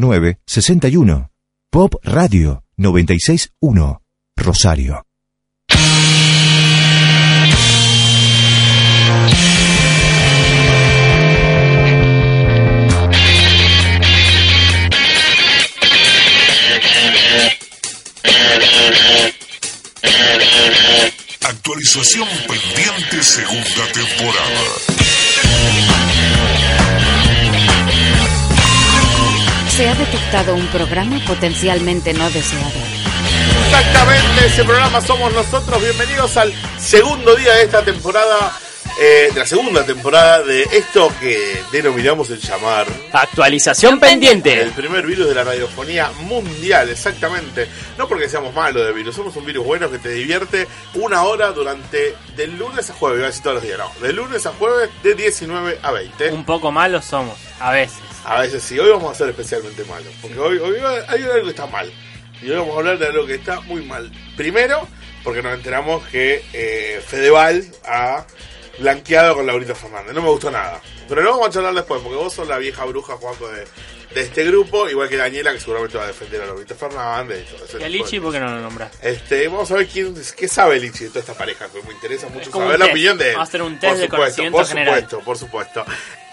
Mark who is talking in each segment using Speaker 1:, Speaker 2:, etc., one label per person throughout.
Speaker 1: nueve 61 Pop Radio 961 Rosario.
Speaker 2: Actualización pendiente segunda temporada.
Speaker 3: Se ha detectado un programa potencialmente no deseado.
Speaker 4: Exactamente, ese programa somos nosotros. Bienvenidos al segundo día de esta temporada, eh, de la segunda temporada de esto que denominamos el llamar
Speaker 5: Actualización pendiente.
Speaker 4: el primer virus de la radiofonía mundial. Exactamente, no porque seamos malos de virus, somos un virus bueno que te divierte una hora durante del lunes a jueves, iba a decir todos los días, no, de lunes a jueves de 19 a 20.
Speaker 5: Un poco malos somos, a veces.
Speaker 4: A veces sí, hoy vamos a ser especialmente malos. Porque hoy, hoy hay algo que está mal. Y hoy vamos a hablar de algo que está muy mal. Primero, porque nos enteramos que eh, Fedeval ha blanqueado con Laurita Fernández. No me gustó nada. Pero lo vamos a charlar después, porque vos sos la vieja bruja, Juanco, de, de este grupo. Igual que Daniela, que seguramente va a defender a Laurita Fernández y todo eso.
Speaker 5: Y a Lichi, ¿por qué no lo nombras?
Speaker 4: Este, vamos a ver quién, qué sabe Lichi de toda esta pareja, que me interesa mucho
Speaker 5: como un
Speaker 4: saber la
Speaker 5: test.
Speaker 4: opinión de él.
Speaker 5: Vamos a hacer un test de conocimiento
Speaker 4: por
Speaker 5: general.
Speaker 4: supuesto, por supuesto.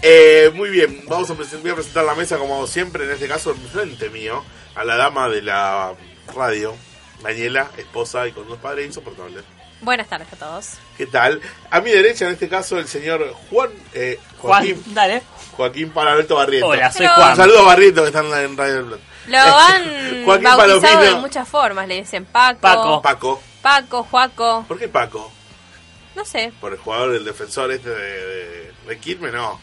Speaker 4: Eh, muy bien, vamos a, presen- voy a presentar la mesa como siempre, en este caso enfrente mío, a la dama de la radio, Daniela, esposa y con dos padres insoportables.
Speaker 6: Buenas tardes a todos.
Speaker 4: ¿Qué tal? A mi derecha, en este caso, el señor Juan, eh, Joaquín,
Speaker 5: Juan, dale.
Speaker 4: Joaquín Palaberto Barriento.
Speaker 5: Hola, soy
Speaker 6: Pero-
Speaker 4: Un
Speaker 5: Juan.
Speaker 4: saludo a Barriento que están en Radio del Plata.
Speaker 6: Lo han
Speaker 4: Joaquín
Speaker 6: Mm, bautizado
Speaker 4: Palomino.
Speaker 6: de muchas formas. Le dicen Paco,
Speaker 5: Paco.
Speaker 4: Paco.
Speaker 6: Paco, Juaco,
Speaker 4: ¿Por qué Paco?
Speaker 6: no sé.
Speaker 4: por el jugador del defensor este de, de, de Quilmes, no.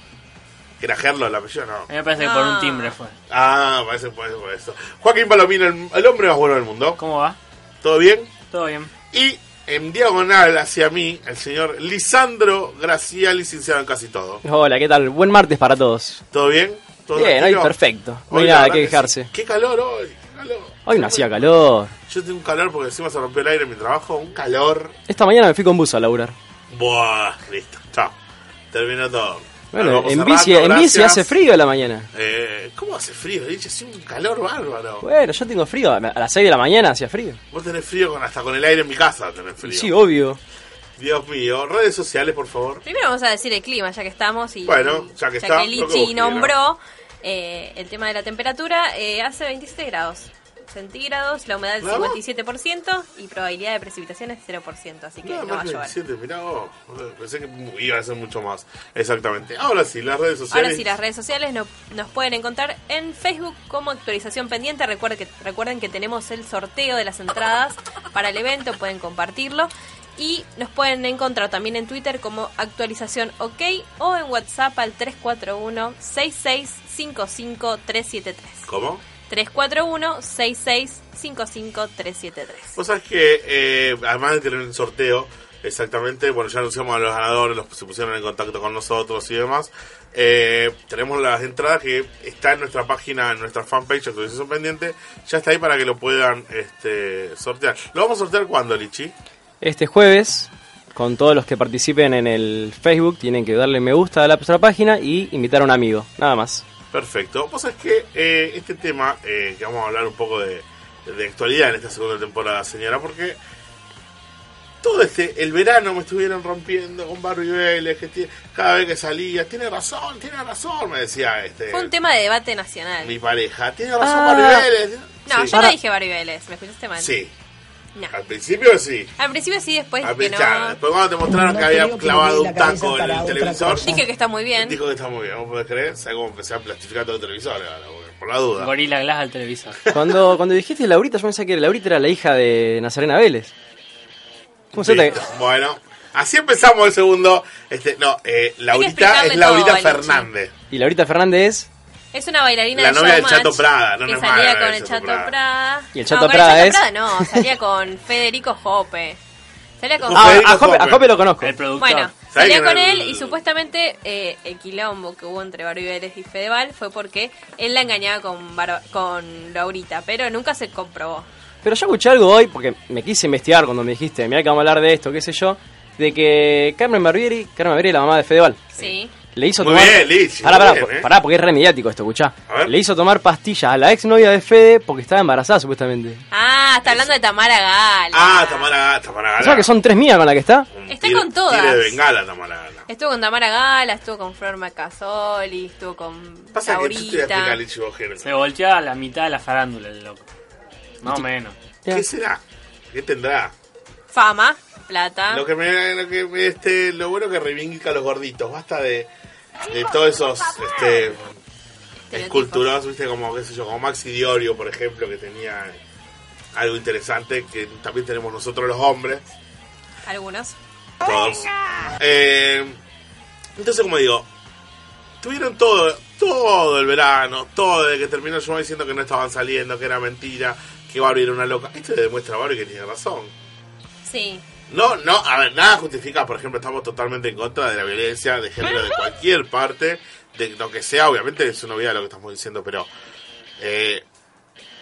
Speaker 4: Que Era Gerlo el apellido, no.
Speaker 5: A mí me parece que por un
Speaker 6: Ah.
Speaker 5: timbre fue.
Speaker 4: Ah, parece por eso, por eso. Joaquín Palomino, el, el hombre más bueno del mundo.
Speaker 5: ¿Cómo va?
Speaker 4: ¿Todo bien?
Speaker 5: ¿Todo bien?
Speaker 4: Y en diagonal hacia mí, el señor Lisandro Graciali, sincero en casi todo.
Speaker 7: Hola, ¿qué tal? Buen martes para todos.
Speaker 4: ¿Todo bien? ¿Todo
Speaker 7: Bien, hoy
Speaker 4: tranquilo?
Speaker 7: perfecto. No
Speaker 4: Hoy
Speaker 7: hay
Speaker 4: la
Speaker 7: nada
Speaker 4: verdad
Speaker 7: que
Speaker 4: sí.
Speaker 7: quejarse.
Speaker 4: Qué calor hoy, qué calor.
Speaker 7: Hoy no hacía calor.
Speaker 4: Yo tengo un calor porque encima se rompió el aire en mi trabajo. Un calor.
Speaker 7: Esta mañana me fui con bus a laburar.
Speaker 4: Buah, listo, chao. Terminó todo. Nos
Speaker 7: Bueno,
Speaker 4: vamos
Speaker 7: en bici,
Speaker 4: cerrando,
Speaker 7: en bici
Speaker 4: gracias.
Speaker 7: hace frío a la mañana.
Speaker 4: Eh, ¿Cómo hace frío? Dicho, hace un calor bárbaro.
Speaker 7: Bueno, yo tengo frío. A las 6 de la mañana hacía frío.
Speaker 4: Vos tenés frío con, hasta con el aire en mi casa, tenés frío.
Speaker 7: Sí, obvio.
Speaker 4: Dios mío, redes sociales, por favor.
Speaker 6: Primero vamos a decir el clima, ya que estamos y
Speaker 4: Bueno, ya que está, lo que vos
Speaker 6: Lichi
Speaker 4: quieras.
Speaker 6: nombró eh, el tema de la temperatura, eh, hace 27 grados centígrados, la humedad del
Speaker 4: ¿Nada más?
Speaker 6: 57% y probabilidad de precipitaciones 0%, así que
Speaker 4: Nada
Speaker 6: no, va a
Speaker 4: más de
Speaker 6: llover.
Speaker 4: 27, mirá vos. Pensé que iba a ser mucho más. Exactamente. Ahora sí, las redes sociales.
Speaker 6: Ahora sí, las redes sociales no- nos pueden encontrar en Facebook como actualización pendiente. Recuerden que, recuerden que tenemos el sorteo de las entradas para el evento, pueden compartirlo. Y nos pueden encontrar también en Twitter como actualización OK o en WhatsApp al 341-6655-373.
Speaker 4: ¿Cómo?
Speaker 6: 341-6655-373.
Speaker 4: Vos sabés que, eh, además de tener un sorteo, exactamente, bueno, ya anunciamos a los ganadores, los que se pusieron en contacto con nosotros y demás. eh, tenemos las entradas que está en nuestra página, en nuestra fanpage, actualización pendiente. Ya está ahí para que lo puedan este, sortear. ¿Lo vamos a sortear cuándo, Lichi?
Speaker 7: Este jueves, con todos los que participen en el Facebook, tienen que darle me gusta a la nuestra página y invitar a un amigo. Nada más.
Speaker 4: Perfecto. Vos sabés que eh, este tema, eh, que vamos a hablar un poco de, de actualidad en esta segunda temporada, señora, porque todo este, el verano me estuvieron rompiendo con Barbie Vélez, que tiene- cada vez que salía, tiene razón, tiene razón, me decía este
Speaker 6: Fue un tema de debate nacional.
Speaker 4: mi pareja, tiene razón
Speaker 7: Ah.
Speaker 4: Barbie Vélez.
Speaker 6: No,
Speaker 4: sí.
Speaker 6: yo no dije Barbie Vélez, ¿me escuchaste mal?
Speaker 4: Sí,
Speaker 6: No.
Speaker 4: al principio sí.
Speaker 6: Al principio sí, después
Speaker 4: Al
Speaker 6: que no.
Speaker 4: principio, después cuando te mostraron
Speaker 8: No
Speaker 4: que había
Speaker 8: creo que
Speaker 4: clavado
Speaker 8: le dé
Speaker 4: un
Speaker 8: la cabeza
Speaker 4: taco en
Speaker 8: para
Speaker 4: el
Speaker 8: otra
Speaker 4: televisor,
Speaker 8: cosa.
Speaker 6: Dije que está muy bien.
Speaker 4: dijo que está muy bien, ¿vos podés creer? ¿Sabés cómo empecé a plastificar todo el televisor? ahora, porque- Por la duda.
Speaker 5: Gorila Glass al televisor.
Speaker 7: Cuando, cuando dijiste Laurita, yo pensé que Laurita era la hija de Nazarena Vélez. ¿Cómo se te...
Speaker 4: Listo. Bueno, así empezamos el segundo. Este, no, eh, Laurita
Speaker 6: explicarle
Speaker 4: es Laurita
Speaker 6: todo, Valentín.
Speaker 4: Fernández.
Speaker 7: Y Laurita Fernández,
Speaker 6: Es una bailarina
Speaker 4: La
Speaker 6: de
Speaker 4: novia del
Speaker 6: Showmatch
Speaker 4: Chato Prada, no,
Speaker 6: que
Speaker 4: no es mala la
Speaker 6: salía
Speaker 4: novia
Speaker 6: con
Speaker 4: del
Speaker 6: el
Speaker 4: Chato
Speaker 6: Chato
Speaker 4: Prada.
Speaker 6: Prada.
Speaker 7: ¿Y el Chato
Speaker 6: no, con
Speaker 7: Prada
Speaker 6: el
Speaker 7: es?
Speaker 6: Chato Prada no, salía con Federico Jope. Salía con
Speaker 4: Con
Speaker 7: Ah,
Speaker 4: Federico
Speaker 7: a Jope, a
Speaker 4: Jope. Eh.
Speaker 7: Jope lo conozco.
Speaker 5: El productor.
Speaker 6: Bueno,
Speaker 4: ¿Sabés
Speaker 6: salía
Speaker 4: que
Speaker 6: con
Speaker 4: era
Speaker 6: él
Speaker 4: el-
Speaker 6: y supuestamente eh, el quilombo que hubo entre Barbie Vélez y Fedeval fue porque él la engañaba con, Bar- con Laurita, pero nunca se comprobó.
Speaker 7: Pero yo escuché algo hoy, porque me quise investigar cuando me dijiste, mira que vamos a hablar de esto, qué sé yo, de que Carmen Barbieri, Carmen Barbieri, la mamá de Fedeval,
Speaker 6: Sí.
Speaker 7: le hizo
Speaker 4: Muy
Speaker 7: tomar...
Speaker 4: bien, Lichi,
Speaker 7: Pará,
Speaker 4: muy
Speaker 7: pará,
Speaker 4: bien,
Speaker 7: por-
Speaker 4: eh.
Speaker 7: pará, porque es re mediático esto, escuchá.
Speaker 4: A ver.
Speaker 7: Le hizo tomar pastillas a la exnovia de Fede porque estaba embarazada, supuestamente.
Speaker 6: Ah, está hablando de Tamara Gala.
Speaker 4: Ah, Tamara, Tamara Gala.
Speaker 7: ¿Sabes que son tres mías con la que está?
Speaker 4: Un
Speaker 6: Está
Speaker 4: tiro-
Speaker 6: con todas.
Speaker 4: tiro de bengala, Tamara Gala.
Speaker 6: Estuvo con Tamara Gala, estuvo con Flor Macasoli, estuvo con
Speaker 4: Pasa que yo te voy a
Speaker 6: Eh, Laurita.
Speaker 4: explicar, Lichi Bojero.
Speaker 5: Se voltea a la mitad de la farándula el loco. Más o menos.
Speaker 4: ¿Qué será? ¿Qué tendrá?
Speaker 6: Fama, plata.
Speaker 4: Lo que me, lo que me- este, lo bueno que reivindica a los gorditos, basta de, de todos esos este esculturados, viste, como qué sé yo, como Maxi Diorio, por ejemplo, que tenía algo interesante que también tenemos nosotros los hombres.
Speaker 6: Algunos.
Speaker 4: Todos. Eh, entonces, como digo, tuvieron todo, todo el verano, todo desde que terminó yo diciendo que no estaban saliendo, que era mentira, que Barbie era una loca. Esto le demuestra a Barbie que tiene razón.
Speaker 6: Sí.
Speaker 4: No, no, a ver, nada justifica, por ejemplo, estamos totalmente en contra de la violencia de género de cualquier parte, de lo que sea, obviamente es una obviedad lo que estamos diciendo, pero eh,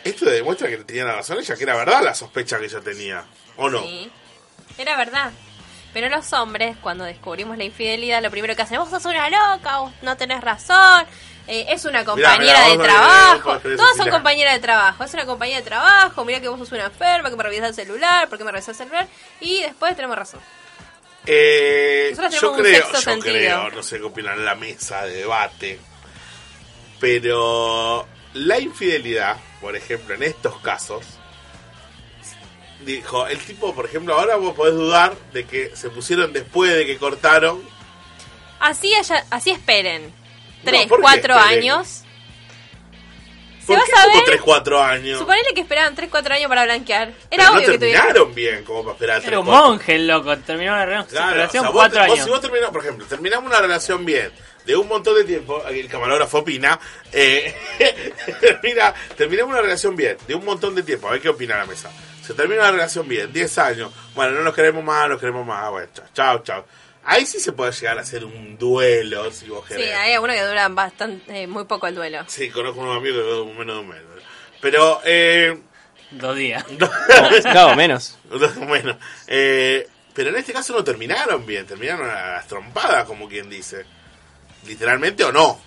Speaker 4: esto demuestra que tenía la razón ella, que era verdad la sospecha que ella tenía, ¿o no?
Speaker 6: Sí. Era verdad. Pero los hombres, cuando descubrimos la infidelidad, lo primero que hacen, vos sos una loca, vos no tenés razón, eh, es una compañera
Speaker 4: mirá, vos
Speaker 6: de
Speaker 4: no- no
Speaker 6: trabajo.
Speaker 4: podés creer,
Speaker 6: Todas son
Speaker 4: Cecilia.
Speaker 6: compañeras de trabajo, es una compañera de trabajo, mirá que vos sos una enferma, que me revisás el celular, porque me revisás el celular, y después tenemos razón.
Speaker 4: Eh,
Speaker 6: Nosotros
Speaker 4: yo
Speaker 6: tenemos un
Speaker 4: creo,
Speaker 6: sexto
Speaker 4: yo
Speaker 6: sentido.
Speaker 4: creo, no sé qué opinan en la mesa de debate, pero la infidelidad, por ejemplo, en estos casos, dijo, el tipo, por ejemplo, ahora vos podés dudar de que se pusieron después de que cortaron,
Speaker 6: Así, haya- así esperen.
Speaker 4: No,
Speaker 6: Tres,
Speaker 4: ¿por qué
Speaker 6: cuatro
Speaker 4: esperen?
Speaker 6: años. Se
Speaker 4: ¿por
Speaker 6: va
Speaker 4: qué
Speaker 6: a
Speaker 4: como
Speaker 6: saber.
Speaker 4: 3, 4 años?
Speaker 6: Suponele que esperaban tres, cuatro años para blanquear. Era
Speaker 4: Pero
Speaker 6: obvio
Speaker 4: no
Speaker 6: que tuvieron.
Speaker 4: terminaron bien como para esperar tres,
Speaker 5: Era un
Speaker 4: cuatro.
Speaker 5: monje el loco. Terminó la relación
Speaker 4: Claro, o sea,
Speaker 5: relación
Speaker 4: vos-
Speaker 5: cuatro
Speaker 4: vos-
Speaker 5: años.
Speaker 4: si vos terminás, por ejemplo, terminamos una relación bien, de un montón de tiempo, el camarógrafo opina, eh, termina, terminamos una relación bien, de un montón de tiempo, a ver qué opina la mesa. Se termina una relación bien, 10 años, bueno, no nos queremos más, nos queremos más, bueno, chao, chao, chao. Ahí sí se puede llegar a hacer un duelo, si vos
Speaker 6: Sí,
Speaker 4: querés.
Speaker 6: hay algunos que duran bastante, eh, muy poco el duelo.
Speaker 4: Sí, conozco unos amigos que duró menos de un mes. Pero, eh...
Speaker 5: Dos días.
Speaker 7: Claro, menos.
Speaker 4: bueno, eh, pero en este caso no terminaron bien, terminaron a las trompadas, como quien dice. Literalmente o no.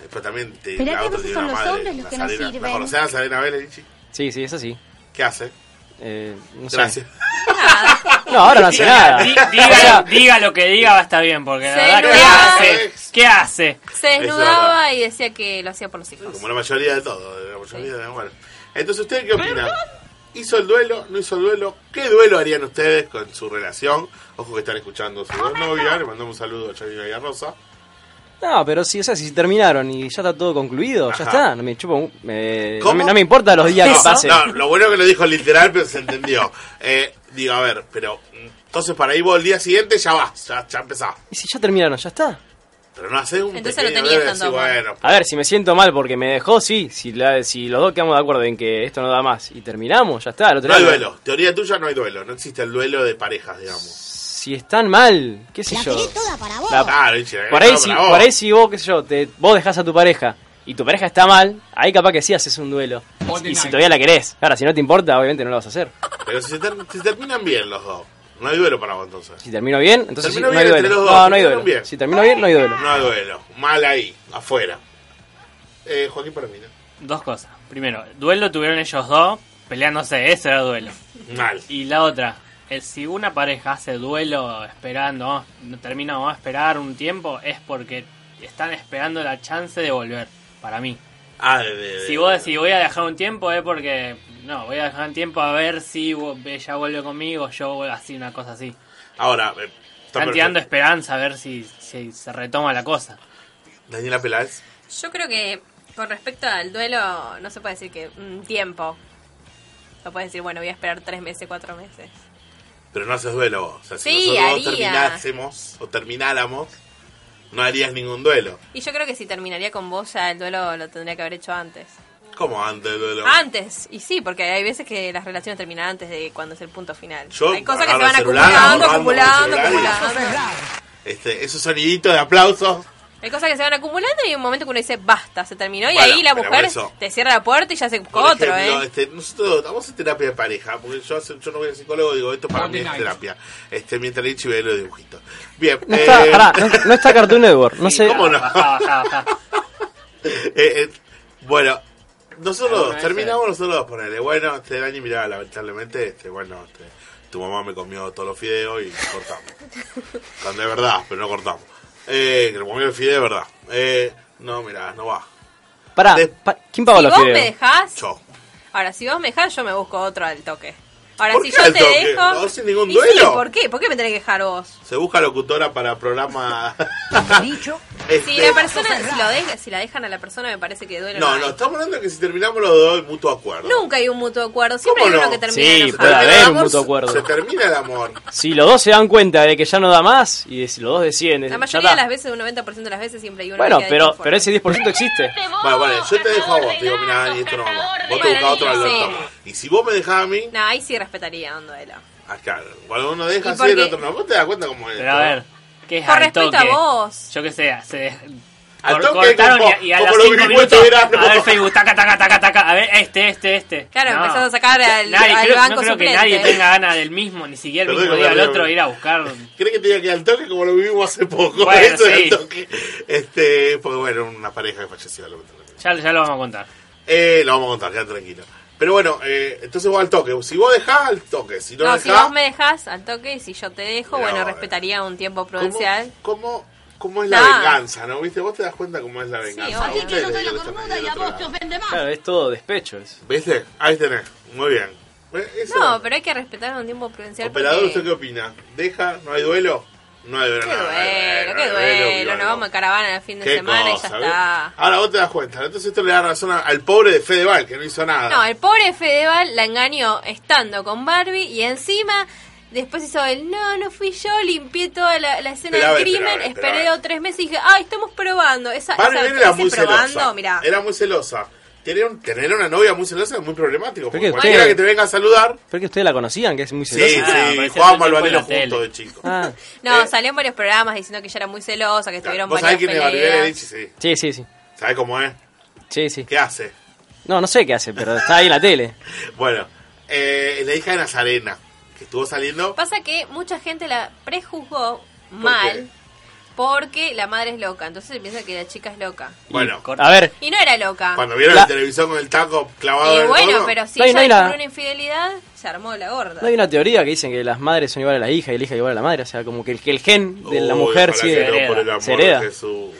Speaker 4: Después también te
Speaker 9: Mirá
Speaker 4: la
Speaker 9: que a
Speaker 4: otra
Speaker 9: veces
Speaker 4: tiene
Speaker 9: son
Speaker 4: una
Speaker 9: los
Speaker 4: madre,
Speaker 9: hombres los que no
Speaker 4: Nazarena-
Speaker 9: sirven.
Speaker 4: La conocés, Nazarena Vélez, Lichi?
Speaker 7: Sí, sí, es así.
Speaker 4: ¿Qué hace?
Speaker 7: Eh, no sé.
Speaker 4: Gracias.
Speaker 7: No, ahora no hace nada.
Speaker 5: Di-
Speaker 7: O sea,
Speaker 5: diga, diga lo que diga, va a estar bien. Porque la
Speaker 6: Se
Speaker 5: verdad, ¿qué
Speaker 6: nota.
Speaker 5: hace? ¿Qué hace?
Speaker 6: Se
Speaker 4: Es
Speaker 6: desnudaba
Speaker 4: verdad.
Speaker 6: y decía que lo hacía por los hijos.
Speaker 4: Como la mayoría de todo, de la mayoría de- bueno. Entonces, ¿usted qué opina? ¿Hizo el duelo? ¿No hizo el duelo? ¿Qué duelo harían ustedes con su relación? Ojo que están escuchando a su novia, le mandamos un saludo a Janina y a Rosa.
Speaker 7: No, pero sí, o sea, si terminaron y ya está todo concluido,
Speaker 4: Ajá.
Speaker 7: ya está. No me chupo un- me- no,
Speaker 4: ¿Cómo?
Speaker 7: me, no me importa los días
Speaker 4: no,
Speaker 7: que pasen.
Speaker 4: no, lo bueno que lo dijo literal, pero se entendió. Eh, digo, a ver, pero mm, entonces para ir vos el día siguiente ya vas, ya, ya empezás.
Speaker 7: Y si ya terminaron, ya está.
Speaker 4: Pero no haces un
Speaker 6: Entonces
Speaker 4: pequeño
Speaker 6: no tenías
Speaker 4: deber de
Speaker 6: tanto
Speaker 4: decir,
Speaker 6: amor.
Speaker 4: bueno,
Speaker 7: A ver, si me siento mal porque me dejó, sí. Si, la- si los dos quedamos de acuerdo en que esto no da más y terminamos, ya está. al otro
Speaker 4: no hay
Speaker 7: día-
Speaker 4: duelo. Teoría tuya no hay duelo. No existe el duelo de parejas, digamos.
Speaker 7: Si están mal, qué sé
Speaker 9: La
Speaker 7: yo.
Speaker 9: tiré toda para vos.
Speaker 7: La-
Speaker 4: Claro, dice,
Speaker 7: por,
Speaker 4: eh,
Speaker 7: ahí
Speaker 4: no,
Speaker 7: si,
Speaker 4: para vos.
Speaker 7: por ahí si vos, qué sé yo, te, vos dejás a tu pareja y tu pareja está mal, ahí capaz que sí haces un duelo. Y si todavía la querés. Ahora, si no te importa, obviamente no lo vas a hacer.
Speaker 4: Pero si se, ter- si terminan bien los dos, no hay duelo para vos entonces.
Speaker 7: Si termino bien, entonces
Speaker 4: Termino
Speaker 7: sí, no
Speaker 4: bien
Speaker 7: hay
Speaker 4: entre
Speaker 7: duelo.
Speaker 4: los
Speaker 7: no,
Speaker 4: dos,
Speaker 7: no hay
Speaker 4: terminaron
Speaker 7: duelo.
Speaker 4: bien.
Speaker 7: Si termino bien, no hay duelo.
Speaker 4: No hay duelo. Mal ahí, afuera. Eh, Joaquín para mí, ¿no?
Speaker 5: Dos cosas. Primero, duelo tuvieron ellos dos peleándose. Ese era duelo.
Speaker 4: Mal.
Speaker 5: Y la otra, eh, si una pareja hace duelo esperando, vamos, no termina, vamos a esperar un tiempo, es porque están esperando la chance de volver, para mí.
Speaker 4: Ah, de- de-
Speaker 5: Si vos decís voy a dejar un tiempo, es porque, no, voy a dejar un tiempo a ver si vo- ella vuelve conmigo, yo vuelvo así, una cosa así.
Speaker 4: Ahora, eh, está
Speaker 5: Están tirando
Speaker 4: perfecto.
Speaker 5: esperanza a ver si, si se retoma la cosa.
Speaker 4: Daniela Peláez.
Speaker 6: Yo creo que con respecto al duelo, no se puede decir que un tiempo. No puedes decir, bueno, voy a esperar tres meses, cuatro meses.
Speaker 4: Pero no haces duelo vos. O sea, si
Speaker 6: Sí,
Speaker 4: nosotros
Speaker 6: haría.
Speaker 4: terminásemos o termináramos, no harías ningún duelo.
Speaker 6: Y yo creo que si terminaría con vos, ya el duelo lo tendría que haber hecho antes.
Speaker 4: ¿Cómo antes del duelo?
Speaker 6: Antes, y sí, porque hay veces que las relaciones terminan antes de cuando es el punto final.
Speaker 4: Yo
Speaker 6: hay cosas que se
Speaker 4: agarro
Speaker 6: van
Speaker 4: el celular, agarro
Speaker 6: acumulando,
Speaker 4: el
Speaker 6: acumulando,
Speaker 4: celular y-
Speaker 6: acumulando.
Speaker 4: Este, esos soniditos de aplausos.
Speaker 6: Hay cosas que se van acumulando y hay un momento que uno dice, basta, se terminó. Y
Speaker 4: Bueno,
Speaker 6: ahí la
Speaker 4: pero
Speaker 6: mujer
Speaker 4: eso-
Speaker 6: te cierra la puerta y ya se busca
Speaker 4: Por
Speaker 6: otro,
Speaker 4: ejemplo,
Speaker 6: ¿eh?
Speaker 4: este, nosotros estamos en terapia de pareja, porque yo, hace- yo no voy al psicólogo, digo, esto para mí es terapia. Este, mientras Lichi ve los dibujitos. Bien,
Speaker 7: No
Speaker 4: eh,
Speaker 7: está, pará, no, no está Cartoon Network, no
Speaker 5: Sí,
Speaker 7: sé.
Speaker 4: ¿cómo no?
Speaker 5: Bajá, bajá, bajá.
Speaker 4: eh, eh, bueno, nosotros
Speaker 5: Alguna
Speaker 4: dos,
Speaker 5: vez
Speaker 4: terminamos nosotros dos, ponele. Bueno, este Dani, mirá, lamentablemente, este, bueno, este, tu mamá me comió todos los fideos y cortamos. Cuando es verdad, pero no cortamos. Eh, que le comió el fideo de verdad. Eh, no, mirá, no va.
Speaker 7: Pará,
Speaker 4: de-
Speaker 7: pa- ¿quién
Speaker 6: Si
Speaker 7: pagó los
Speaker 6: vos me
Speaker 7: fideos?
Speaker 6: dejás,
Speaker 4: Yo.
Speaker 6: ahora si vos me dejás, yo me busco otro al toque. Ahora
Speaker 4: ¿Por
Speaker 6: si
Speaker 4: qué
Speaker 6: yo
Speaker 4: al
Speaker 6: te
Speaker 4: toque?
Speaker 6: dejo.
Speaker 4: ¿No? ¿Sin ningún
Speaker 6: Y sí,
Speaker 4: duelo?
Speaker 6: ¿Por qué? ¿Por qué me tenés que dejar vos?
Speaker 4: Se busca locutora para programa.
Speaker 8: Dicho,
Speaker 6: Si
Speaker 4: Este,
Speaker 6: la persona, si, lo deja- si la dejan a la persona, me parece que duele.
Speaker 4: No, no, estamos hablando de que si terminamos los dos, el mutuo acuerdo.
Speaker 6: Nunca hay un mutuo acuerdo. Siempre hay
Speaker 4: ¿Cómo
Speaker 6: uno
Speaker 4: no?
Speaker 6: que termina.
Speaker 7: Sí,
Speaker 6: en
Speaker 4: Se
Speaker 6: la
Speaker 7: puede
Speaker 4: termina
Speaker 7: haber
Speaker 4: el
Speaker 7: un
Speaker 4: amor,
Speaker 7: mutuo acuerdo.
Speaker 4: Se termina el amor.
Speaker 7: Si los dos se dan cuenta de que ya no da más y si los dos deciden.
Speaker 6: La
Speaker 7: ya
Speaker 6: mayoría de
Speaker 7: está.
Speaker 6: las veces, un 90% de las veces, siempre hay uno
Speaker 7: Bueno,
Speaker 6: que queda
Speaker 7: pero,
Speaker 6: disconforme.
Speaker 7: pero ese 10% existe.
Speaker 4: Bueno, vale, yo te dejo a vos. Te digo, mirá, Dani, esto no va más. Vos te buscás otro al
Speaker 6: Sí.
Speaker 4: otro. Y si vos me dejás a mí,
Speaker 6: No, ahí sí respetaría un duelo.
Speaker 4: acá, cuando uno deja
Speaker 6: ¿Y
Speaker 4: así,
Speaker 6: por
Speaker 4: el
Speaker 6: qué?
Speaker 4: otro no. Vos te das cuenta cómo es.
Speaker 5: Pero a
Speaker 4: esto,
Speaker 5: ver,
Speaker 4: ¿no?
Speaker 5: ¿qué es
Speaker 6: Por
Speaker 5: al
Speaker 6: respeto
Speaker 5: toque?
Speaker 6: a vos.
Speaker 5: Yo qué sé, se
Speaker 4: Al
Speaker 5: cor-
Speaker 4: toque,
Speaker 5: cortaron
Speaker 4: como-
Speaker 5: y, y a
Speaker 4: como
Speaker 5: las
Speaker 4: los
Speaker 5: 5
Speaker 4: gringos
Speaker 5: minutos.
Speaker 4: de verano.
Speaker 5: A ver, Facebook, taca, taca, taca, taca. A ver, este, este, este.
Speaker 6: Claro,
Speaker 5: No.
Speaker 6: empezás a sacar al,
Speaker 5: Nadie,
Speaker 6: al
Speaker 5: creo,
Speaker 6: banco
Speaker 5: no creo que
Speaker 6: suplente.
Speaker 5: nadie tenga ganas del mismo, ni siquiera el
Speaker 4: Perdón,
Speaker 5: mismo día al
Speaker 4: perdón,
Speaker 5: otro,
Speaker 4: perdón.
Speaker 5: ir a buscar.
Speaker 4: ¿Crees que te diga que al toque como lo vivimos hace poco?
Speaker 5: Bueno,
Speaker 4: Eso es
Speaker 5: sí.
Speaker 4: al toque. Este, porque bueno, una pareja que falleció lamentablemente.
Speaker 5: Ya, ya lo vamos a contar.
Speaker 4: Eh, lo vamos a contar, quédate tranquilo. Pero bueno, eh, entonces vos al toque. Si vos dejás, al toque. Si no,
Speaker 6: No, si
Speaker 4: dejás.
Speaker 6: vos me dejás al toque y si yo te dejo,
Speaker 4: No, eh.
Speaker 6: bueno, respetaría un tiempo
Speaker 4: ¿cómo-
Speaker 6: prudencial.
Speaker 4: ¿Cómo, cómo es la
Speaker 6: Nah.
Speaker 4: venganza, no? ¿Viste? Vos te das cuenta cómo es la venganza.
Speaker 6: obvio.
Speaker 4: Vos te- te- te- te- te- te-
Speaker 7: Claro, es todo despecho. es-
Speaker 4: ¿Viste? Ahí tenés. Muy bien. Eh, eso.
Speaker 6: No, pero hay que respetar un tiempo prudencial.
Speaker 4: Operador,
Speaker 6: porque-
Speaker 4: ¿usted qué opina? ¿Deja? ¿No hay duelo? No hay duelo.
Speaker 6: Qué
Speaker 4: no, no hay
Speaker 6: duelo, eh, qué
Speaker 4: no hay
Speaker 6: duelo.
Speaker 4: no hay
Speaker 6: Nos vamos a caravana el fin de
Speaker 4: Qué
Speaker 6: semana
Speaker 4: cosa, Ah.
Speaker 6: y ya
Speaker 4: ¿ves?
Speaker 6: está.
Speaker 4: Ahora vos te das cuenta. Entonces esto le da razón a- al pobre de Fedeval, que no hizo nada.
Speaker 6: No, el pobre Fedeval la engañó estando con Barbie y encima después hizo el no, no fui yo, limpié toda la, la escena
Speaker 4: Esperá,
Speaker 6: del
Speaker 4: esperá,
Speaker 6: crimen,
Speaker 4: esperá,
Speaker 6: esperé
Speaker 4: esperá.
Speaker 6: tres meses y dije, ay, estamos probando. Esa,
Speaker 4: Barbie
Speaker 6: esa-
Speaker 4: era
Speaker 6: ese
Speaker 4: muy
Speaker 6: probando,
Speaker 4: celosa.
Speaker 6: mirá.
Speaker 4: Era muy celosa. Tener, un- tener una novia muy celosa es muy problemático. Porque
Speaker 7: qué?
Speaker 4: cualquiera
Speaker 7: Bueno.
Speaker 4: que te venga a saludar.
Speaker 7: Pero que ustedes la conocían, que es muy
Speaker 4: Sí,
Speaker 7: celosa.
Speaker 5: Ah,
Speaker 4: sí,
Speaker 5: apareció
Speaker 4: jugábamos al
Speaker 5: todo el
Speaker 4: balero
Speaker 5: tiempo en la
Speaker 4: juntos
Speaker 5: tele.
Speaker 4: de chico.
Speaker 7: Ah,
Speaker 6: No,
Speaker 4: Eh.
Speaker 6: salió en varios programas diciendo que ella era muy celosa, que tuvieron
Speaker 4: Vos
Speaker 6: varias
Speaker 4: sabés quién es Barbie
Speaker 6: peleas.
Speaker 4: Lichi, sí.
Speaker 7: sí, sí, sí.
Speaker 4: ¿Sabés cómo es?
Speaker 7: Sí, sí.
Speaker 4: ¿Qué hace?
Speaker 7: No, no sé qué hace, pero está ahí en la tele.
Speaker 4: Bueno, eh, la hija de Nazarena, que estuvo saliendo.
Speaker 6: Pasa que mucha gente la prejuzgó
Speaker 4: qué?
Speaker 6: mal porque la madre es loca, entonces se piensa que la chica es loca.
Speaker 4: Bueno,
Speaker 7: A ver,
Speaker 6: Y no era loca.
Speaker 4: cuando vieron
Speaker 7: La-
Speaker 4: la televisión con el taco clavado en
Speaker 6: Ah. Y
Speaker 4: el
Speaker 6: bueno,
Speaker 4: codo,
Speaker 6: pero si
Speaker 7: No hay-
Speaker 6: ella
Speaker 7: no hay
Speaker 6: descubrió
Speaker 7: nada.
Speaker 6: una infidelidad, se armó la gorda.
Speaker 7: no hay una teoría que dicen que las madres son iguales a la hija y la hija igual a la madre. O sea, como que el, que el gen de la
Speaker 4: Uy,
Speaker 7: mujer
Speaker 4: ojalá
Speaker 7: sí.
Speaker 4: que
Speaker 7: Eh,
Speaker 4: no, por el amor
Speaker 7: se hereda.
Speaker 4: de Jesús.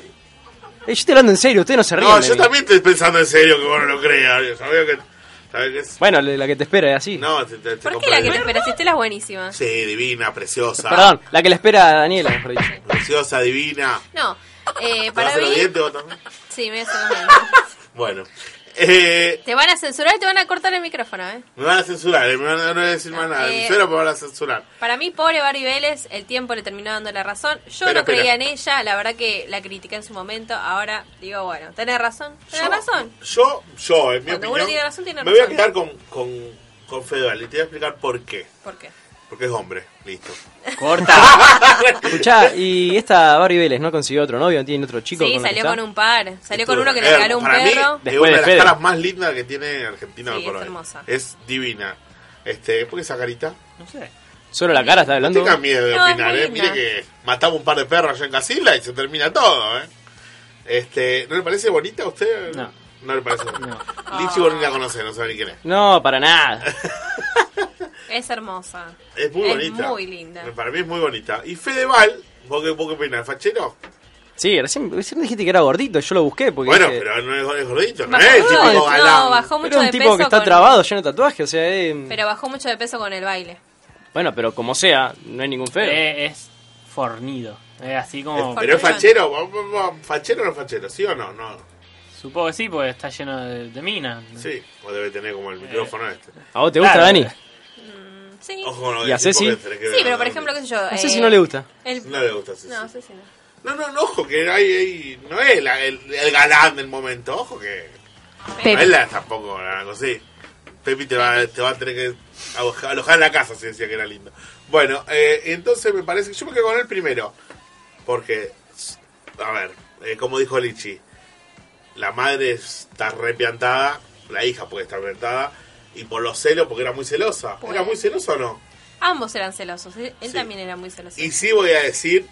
Speaker 7: yo estoy hablando en serio, ustedes no se ríen.
Speaker 4: No,
Speaker 7: de
Speaker 4: yo
Speaker 7: mí.
Speaker 4: también estoy pensando en serio que vos no lo creas. Yo sabía que, sabía que es-
Speaker 7: Bueno, la que te espera es así.
Speaker 4: No, te, te, te
Speaker 6: ¿Por qué
Speaker 4: compro
Speaker 6: la
Speaker 4: el-
Speaker 6: que te espera? Si Estela es buenísima.
Speaker 4: Sí, divina, preciosa.
Speaker 7: Perdón, la que le espera a Daniela, mejor dicho.
Speaker 4: Preciosa, divina.
Speaker 6: No, eh,
Speaker 4: ¿Te vas a
Speaker 6: para
Speaker 4: hacer los
Speaker 6: mí...
Speaker 4: dientes vos también?
Speaker 6: Sí, me voy a hacer los dientes.
Speaker 4: Bueno. Eh,
Speaker 6: Te van a censurar y te van a cortar el micrófono, ¿eh?
Speaker 4: me van a censurar, eh, me van a, no voy a decir más nada.
Speaker 6: Eh,
Speaker 4: Cero me van a censurar.
Speaker 6: Para mí, pobre Barbie Vélez, el tiempo le terminó dando la razón. Yo
Speaker 4: Espera,
Speaker 6: no creía
Speaker 4: espera.
Speaker 6: en ella, la verdad que la critiqué en su momento. Ahora digo, bueno, tenés razón, tenés
Speaker 4: Yo-
Speaker 6: razón.
Speaker 4: Yo, yo, en mi
Speaker 6: Cuando
Speaker 4: opinión,
Speaker 6: uno tiene razón, tiene
Speaker 4: me voy a
Speaker 6: razón.
Speaker 4: quedar con, con, con Fedeval y te voy a explicar por qué.
Speaker 6: ¿Por qué?
Speaker 4: Porque es hombre, listo.
Speaker 5: Corta.
Speaker 7: Escuchá, y esta Barbie Vélez no consiguió otro novio, no tiene otro chico.
Speaker 6: Sí,
Speaker 7: con el que
Speaker 6: salió
Speaker 7: está?
Speaker 6: con un par. Salió con
Speaker 4: Estuvo-
Speaker 6: uno que le
Speaker 4: Eh,
Speaker 6: regaló un
Speaker 4: para
Speaker 6: perro.
Speaker 4: Mí, es
Speaker 7: Después
Speaker 4: una de
Speaker 7: de
Speaker 4: las
Speaker 7: Fede.
Speaker 4: caras más lindas que tiene Argentina
Speaker 6: Sí,
Speaker 4: hoy por
Speaker 6: es
Speaker 4: hoy.
Speaker 6: hermosa.
Speaker 4: Es divina. Este, ¿Por qué esa carita?
Speaker 5: No sé.
Speaker 7: Solo la cara está
Speaker 4: No
Speaker 7: hablando.
Speaker 4: tengan miedo de
Speaker 6: No, es
Speaker 4: opinar,
Speaker 6: muy
Speaker 4: ¿eh? Mire
Speaker 6: linda.
Speaker 4: que matamos un par de perros allá en Casilla y se termina todo, ¿eh? Este, ¿No le parece bonita a usted?
Speaker 5: No.
Speaker 4: No le parece bonita. Lichi vos ni la conoce, no sabe ni quién es.
Speaker 7: No, para nada.
Speaker 6: Es hermosa.
Speaker 4: Es muy
Speaker 6: Es
Speaker 4: bonita.
Speaker 6: muy linda.
Speaker 4: Para mí es muy bonita. Y Fedeval, ¿vos qué, vos qué opinás, fachero?
Speaker 7: Sí, recién, recién dijiste que era gordito, yo lo busqué porque...
Speaker 4: Bueno,
Speaker 7: dije-
Speaker 4: pero no es, es gordito, no
Speaker 6: Bajó-
Speaker 4: es
Speaker 6: no,
Speaker 4: típico
Speaker 6: no,
Speaker 4: galán.
Speaker 6: bajó mucho
Speaker 7: Pero un
Speaker 6: de
Speaker 7: tipo
Speaker 6: peso
Speaker 7: que está
Speaker 6: con-
Speaker 7: trabado, lleno de tatuajes, o sea... eh,
Speaker 6: Pero bajó mucho de peso con el baile.
Speaker 7: Bueno, pero como sea, no hay ningún feo.
Speaker 5: Eh, es fornido. Es así como.
Speaker 4: Es- pero es
Speaker 6: Fornido.
Speaker 4: fachero, vamos, vamos, fachero o no es fachero, ¿sí o no? No,
Speaker 5: Supongo que sí, porque está lleno de, de minas.
Speaker 4: sí, o debe tener como el micrófono este.
Speaker 7: ¿A vos te gusta,
Speaker 5: claro.
Speaker 7: Dani?
Speaker 6: Sí.
Speaker 4: Ojo con lo
Speaker 7: ¿Y
Speaker 4: que
Speaker 7: a
Speaker 4: decís,
Speaker 7: Ceci?
Speaker 4: porque tenés que
Speaker 6: Sí,
Speaker 4: ver,
Speaker 6: pero
Speaker 4: ¿no?
Speaker 6: por ejemplo, qué sé yo.
Speaker 7: No sé
Speaker 6: eh,
Speaker 7: si no le gusta.
Speaker 6: el-
Speaker 4: No le gusta a Ceci.
Speaker 6: No, Ceci no.
Speaker 4: No, no, no, ojo, que hay, hay- no es la- el, el galán del momento, ojo que... No es
Speaker 10: Pepe,
Speaker 4: la tampoco, algo así. Pepi te va, te va a tener que aloja- alojar en la casa si decía que era lindo. Bueno, eh, entonces me parece que yo me quedo con él primero. Porque, a ver, eh, como dijo Lichi, la madre está repiantada, la hija puede estar repiantada, y por los celos, porque era muy celosa.
Speaker 6: Puede.
Speaker 4: ¿Era muy celosa o no?
Speaker 6: Ambos eran celosos. Él él
Speaker 4: Sí.
Speaker 6: también era muy celoso.
Speaker 4: Y sí voy a decir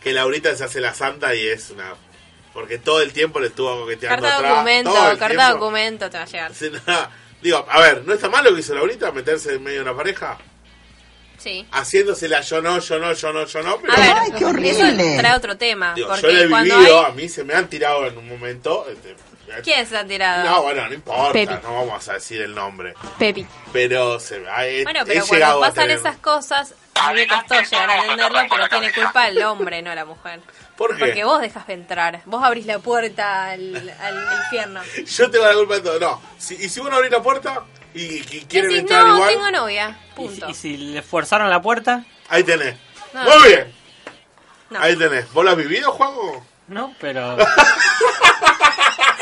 Speaker 4: que Laurita se hace la santa y es una... Porque todo el tiempo le estuvo coqueteando
Speaker 6: Carta
Speaker 4: atrás,
Speaker 6: documento,
Speaker 4: todo el
Speaker 6: carta
Speaker 4: tiempo.
Speaker 6: documento te va a llegar.
Speaker 4: Sí, nada. Digo, a ver, ¿no está mal lo que hizo Laurita meterse en medio de una pareja?
Speaker 6: Sí.
Speaker 4: Haciéndosela yo no, yo no, yo no, yo no, pero
Speaker 6: A ver, eso trae otro tema.
Speaker 4: digo, yo
Speaker 6: porque
Speaker 4: lo he
Speaker 6: cuando
Speaker 4: vivido,
Speaker 6: hay.
Speaker 4: a mí se me han tirado en un momento. este, eh,
Speaker 6: ¿Quién se ha tirado?
Speaker 4: No, bueno, no importa,
Speaker 10: Pepe.
Speaker 4: no vamos a decir el nombre.
Speaker 10: Pepe.
Speaker 4: Pero se me ha he-
Speaker 6: Bueno,
Speaker 4: he
Speaker 6: pero
Speaker 4: llegado
Speaker 6: cuando
Speaker 4: a
Speaker 6: pasan
Speaker 4: tener-
Speaker 6: esas cosas, a mí me costó llegar a entenderlo, pero tiene culpa el hombre, no la mujer.
Speaker 4: ¿Por qué?
Speaker 6: Porque vos dejas de entrar, vos abrís la puerta al, al infierno.
Speaker 4: Yo tengo la culpa de todo. No, si, y si uno abre la puerta y, y quieren
Speaker 6: Decís,
Speaker 4: entrar
Speaker 6: no,
Speaker 4: igual,
Speaker 6: tengo novia,
Speaker 5: Y si,
Speaker 6: punto.
Speaker 5: y si le forzaron la puerta,
Speaker 4: ahí tenés.
Speaker 6: No.
Speaker 4: Muy bien,
Speaker 6: No.
Speaker 4: ahí tenés. ¿Vos lo has vivido, Juanjo?
Speaker 5: no, pero.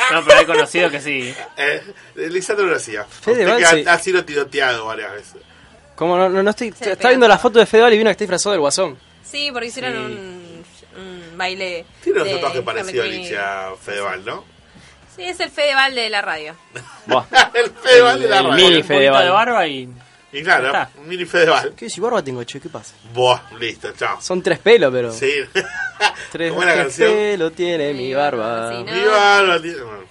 Speaker 5: No, pero he conocido que sí.
Speaker 4: Eh, Lisandro lo hacía.
Speaker 7: Fede
Speaker 4: Usted que
Speaker 7: Valsi.
Speaker 4: ha, ha sido tiroteado varias veces.
Speaker 7: Como no, no, no estoy...
Speaker 6: Se le
Speaker 7: Está
Speaker 6: pega.
Speaker 7: viendo la foto de Fedeval y vino que está disfrazado del guasón.
Speaker 6: Sí, porque hicieron
Speaker 7: Sí.
Speaker 6: un, un baile.
Speaker 4: Tiene un
Speaker 6: de
Speaker 4: tatuaje parecido a
Speaker 6: Harley
Speaker 4: Nietzsche
Speaker 6: Quinn.
Speaker 4: a Fedeval, ¿no?
Speaker 6: Sí, es el Fedeval de la radio.
Speaker 7: Buah.
Speaker 4: el Fedeval de la
Speaker 7: El
Speaker 4: radio.
Speaker 7: mini. Fede
Speaker 5: Punta
Speaker 7: Val.
Speaker 5: de barba y.
Speaker 4: Y claro,
Speaker 5: Está.
Speaker 4: un mini Fedeval.
Speaker 7: ¿Qué si barba tengo, che? ¿Qué pasa?
Speaker 4: Buah, listo, chao.
Speaker 7: Son tres pelos, pero...
Speaker 4: Sí.
Speaker 7: Tres,
Speaker 4: Buena
Speaker 7: tres
Speaker 4: canción.
Speaker 7: pelos tiene mi barba.
Speaker 6: Sí, no.
Speaker 4: Viva la li- bueno.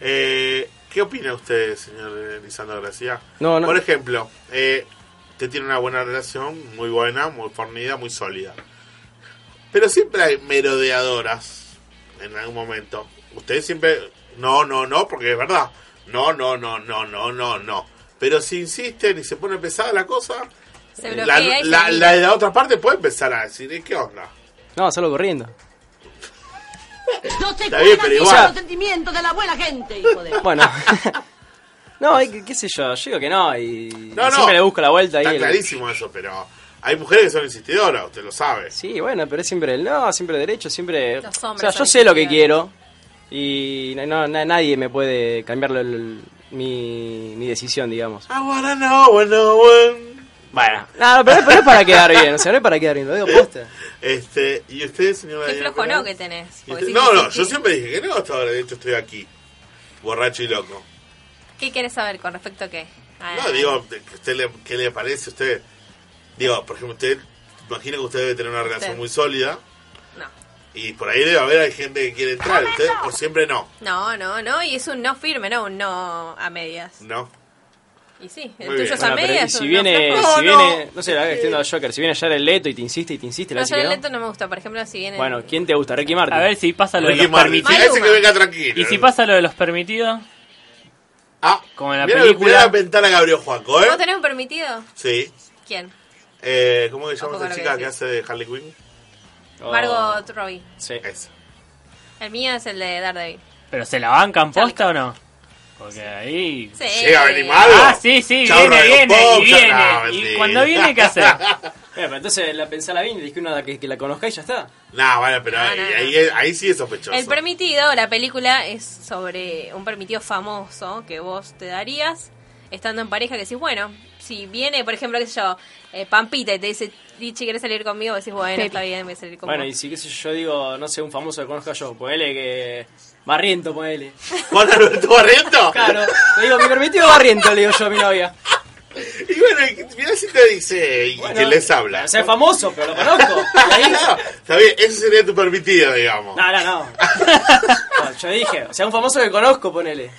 Speaker 4: Eh, ¿Qué opina usted, señor eh, Lisandro Gracia?
Speaker 7: No, no.
Speaker 4: Por ejemplo, eh, usted tiene una buena relación, muy buena, muy fornida, muy sólida. Pero siempre hay merodeadoras en algún momento. Usted siempre, no, no, no, porque es verdad. No, no, no, no, no, no, no. Pero si insisten y se pone pesada la cosa,
Speaker 6: Se
Speaker 4: la,
Speaker 6: bloquea y se
Speaker 4: la-
Speaker 6: mira.
Speaker 4: la de la otra parte puede empezar a decir, ¿y ¿qué onda?
Speaker 7: No, salgo corriendo.
Speaker 8: No se
Speaker 4: Está bien,
Speaker 8: cuidan
Speaker 4: pero
Speaker 8: ni
Speaker 4: igual.
Speaker 8: de los sentimientos de la buena gente, hijo de...
Speaker 7: Bueno. no, hay que- qué sé yo, yo digo que no y
Speaker 4: No, no.
Speaker 7: siempre le busco la vuelta ahí.
Speaker 4: Está
Speaker 7: el-
Speaker 4: clarísimo eso, pero hay mujeres que son insistidoras, usted lo sabe.
Speaker 7: Sí, bueno, pero es siempre el no, siempre el derecho, siempre...
Speaker 6: Los
Speaker 7: O
Speaker 6: hombres
Speaker 7: sea, yo
Speaker 6: son
Speaker 7: sé lo que
Speaker 6: infiel.
Speaker 7: quiero y no, na- nadie me puede cambiar lo- lo- mi, mi decisión,
Speaker 6: Ah.
Speaker 7: digamos.
Speaker 4: I wanna know when no one-
Speaker 7: Bueno, no, pero, pero es para quedar bien, o sea, no es para quedar bien, lo digo posta.
Speaker 4: Este, ¿y usted, señora
Speaker 6: Qué
Speaker 4: Daniela
Speaker 6: flojo
Speaker 4: Perón?
Speaker 6: no que tenés.
Speaker 4: ¿Y
Speaker 6: porque
Speaker 4: usted-
Speaker 6: sí,
Speaker 4: no,
Speaker 6: sí,
Speaker 4: no,
Speaker 6: sí,
Speaker 4: yo
Speaker 6: sí.
Speaker 4: siempre dije que no, hasta ahora, de hecho estoy aquí, borracho y loco.
Speaker 6: ¿Qué quieres saber con respecto a qué? Ah, A-
Speaker 4: No, digo, de- que usted le- ¿qué le parece a usted? Digo, por ejemplo, usted, imagino que usted debe tener una relación
Speaker 6: Sí.
Speaker 4: muy sólida
Speaker 6: No.
Speaker 4: y por ahí debe haber hay gente que quiere entrar, usted, o siempre no,
Speaker 6: No, no, no, y es un no firme, no un no a medias.
Speaker 4: ¿no?
Speaker 6: Y sí, el
Speaker 4: Muy
Speaker 6: tuyo
Speaker 4: bien.
Speaker 6: es
Speaker 4: Bueno,
Speaker 6: a
Speaker 7: Bueno, pero
Speaker 6: medias.
Speaker 7: y si
Speaker 6: un
Speaker 7: viene,
Speaker 4: no,
Speaker 6: no,
Speaker 7: si
Speaker 4: no.
Speaker 7: viene, no sé, la extiendo al Joker, si viene ya el Leto y te insiste y te insiste, le
Speaker 6: no,
Speaker 7: decís
Speaker 6: yo
Speaker 7: que
Speaker 6: el
Speaker 7: no.
Speaker 6: leto no me gusta, por ejemplo, si viene.
Speaker 7: Bueno, ¿quién te gusta? Ricky Martin.
Speaker 5: A ver si pasa lo de
Speaker 4: Ricky
Speaker 5: los
Speaker 4: Martin,
Speaker 5: permitidos.
Speaker 4: si ese que
Speaker 6: Maluma.
Speaker 4: venga tranquilo.
Speaker 5: Y si pasa lo de los permitidos,
Speaker 4: Ah,
Speaker 5: como en la
Speaker 4: mirá,
Speaker 5: película.
Speaker 4: mirá la ventana que abrió Juaco,
Speaker 6: ¿Vos
Speaker 4: ¿eh?
Speaker 6: tenés un permitido?
Speaker 4: Sí.
Speaker 6: ¿Quién?
Speaker 4: Eh, ¿Cómo que se llama
Speaker 6: Tampoco
Speaker 4: esa
Speaker 6: lo
Speaker 4: chica que,
Speaker 6: voy a
Speaker 4: hace de Harley Quinn?
Speaker 7: Oh,
Speaker 6: Margot Robbie.
Speaker 7: Sí. Eh,
Speaker 4: Esa.
Speaker 6: El mío es el de Daredevil.
Speaker 5: ¿Pero se la bancan posta o no? Porque ahí.
Speaker 6: Sí.
Speaker 4: Llega a venir malo.
Speaker 5: Ah, sí, sí,
Speaker 4: Chao,
Speaker 5: viene,
Speaker 4: Radio
Speaker 5: viene,
Speaker 4: Pop,
Speaker 5: y
Speaker 4: ya-
Speaker 5: viene.
Speaker 4: no,
Speaker 5: y
Speaker 4: mentira.
Speaker 5: cuando viene, ¿qué hacer?
Speaker 7: Bueno, pero entonces la pensala bien y elegí una que, que la conozca y ya está.
Speaker 4: No, bueno, pero
Speaker 6: No,
Speaker 4: ahí,
Speaker 6: no, no.
Speaker 4: ahí es- ahí sí es sospechoso.
Speaker 6: El permitido, la película es sobre un permitido famoso que vos te darías estando en pareja. Que decís, bueno, si viene, por ejemplo, qué sé yo, eh, Pampita y te dice, Lichi, ¿quieres salir conmigo? Decís, bueno, está bien, voy a salir conmigo.
Speaker 7: Bueno, y si qué sé yo, yo digo, no sé, un famoso que conozca yo, ponele que. Barriento, ponele.
Speaker 4: ¿Juan Alberto Barriento?
Speaker 7: Claro, le digo, mi permitido Barriento, le digo yo a mi novia.
Speaker 4: Y bueno, y mirá si te dice y
Speaker 7: Bueno,
Speaker 4: que les habla.
Speaker 7: O sea, es famoso, pero lo conozco. Y ahí-
Speaker 4: No, Está bien, ese sería tu permitido, digamos.
Speaker 7: No, no, no. No, Yo dije, o sea, un famoso que conozco, ponele.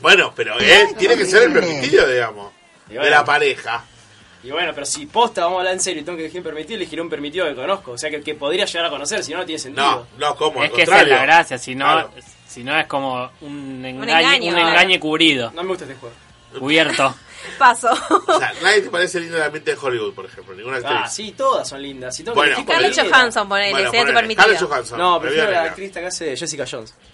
Speaker 4: Bueno, pero eh, tiene que ser el permitido, digamos,
Speaker 7: Y bueno.
Speaker 4: de la pareja.
Speaker 9: Y bueno, pero si posta, vamos a hablar en serio, y tengo que elegir un permitido, elegiré un permitido que conozco. O sea, que, que podría llegar a conocer, si no, no tiene sentido.
Speaker 4: No, no, ¿cómo? Al
Speaker 5: es que esa es
Speaker 4: contrario.
Speaker 5: la gracia, si no,
Speaker 4: Claro.
Speaker 5: si no es como un engaño, un
Speaker 6: engaño,
Speaker 5: engaño,
Speaker 6: claro.
Speaker 5: cubrido,
Speaker 9: No me gusta este juego.
Speaker 5: cubierto.
Speaker 6: Paso.
Speaker 4: O sea, nadie te parece lindo en el ambiente de Hollywood, por ejemplo. Ninguna actriz.
Speaker 9: Ah, sí, todas son lindas. Si tengo
Speaker 4: Este Bueno,
Speaker 9: que elegir
Speaker 6: Scarlett
Speaker 9: cualquiera.
Speaker 6: Johansson, ponele,
Speaker 4: Bueno,
Speaker 6: sería tu
Speaker 4: ponele,
Speaker 6: permitida.
Speaker 4: Scarlett Johansson.
Speaker 9: No,
Speaker 4: me
Speaker 9: prefiero
Speaker 4: voy a
Speaker 9: la
Speaker 4: negar.
Speaker 9: actriz que hace Jessica Jones.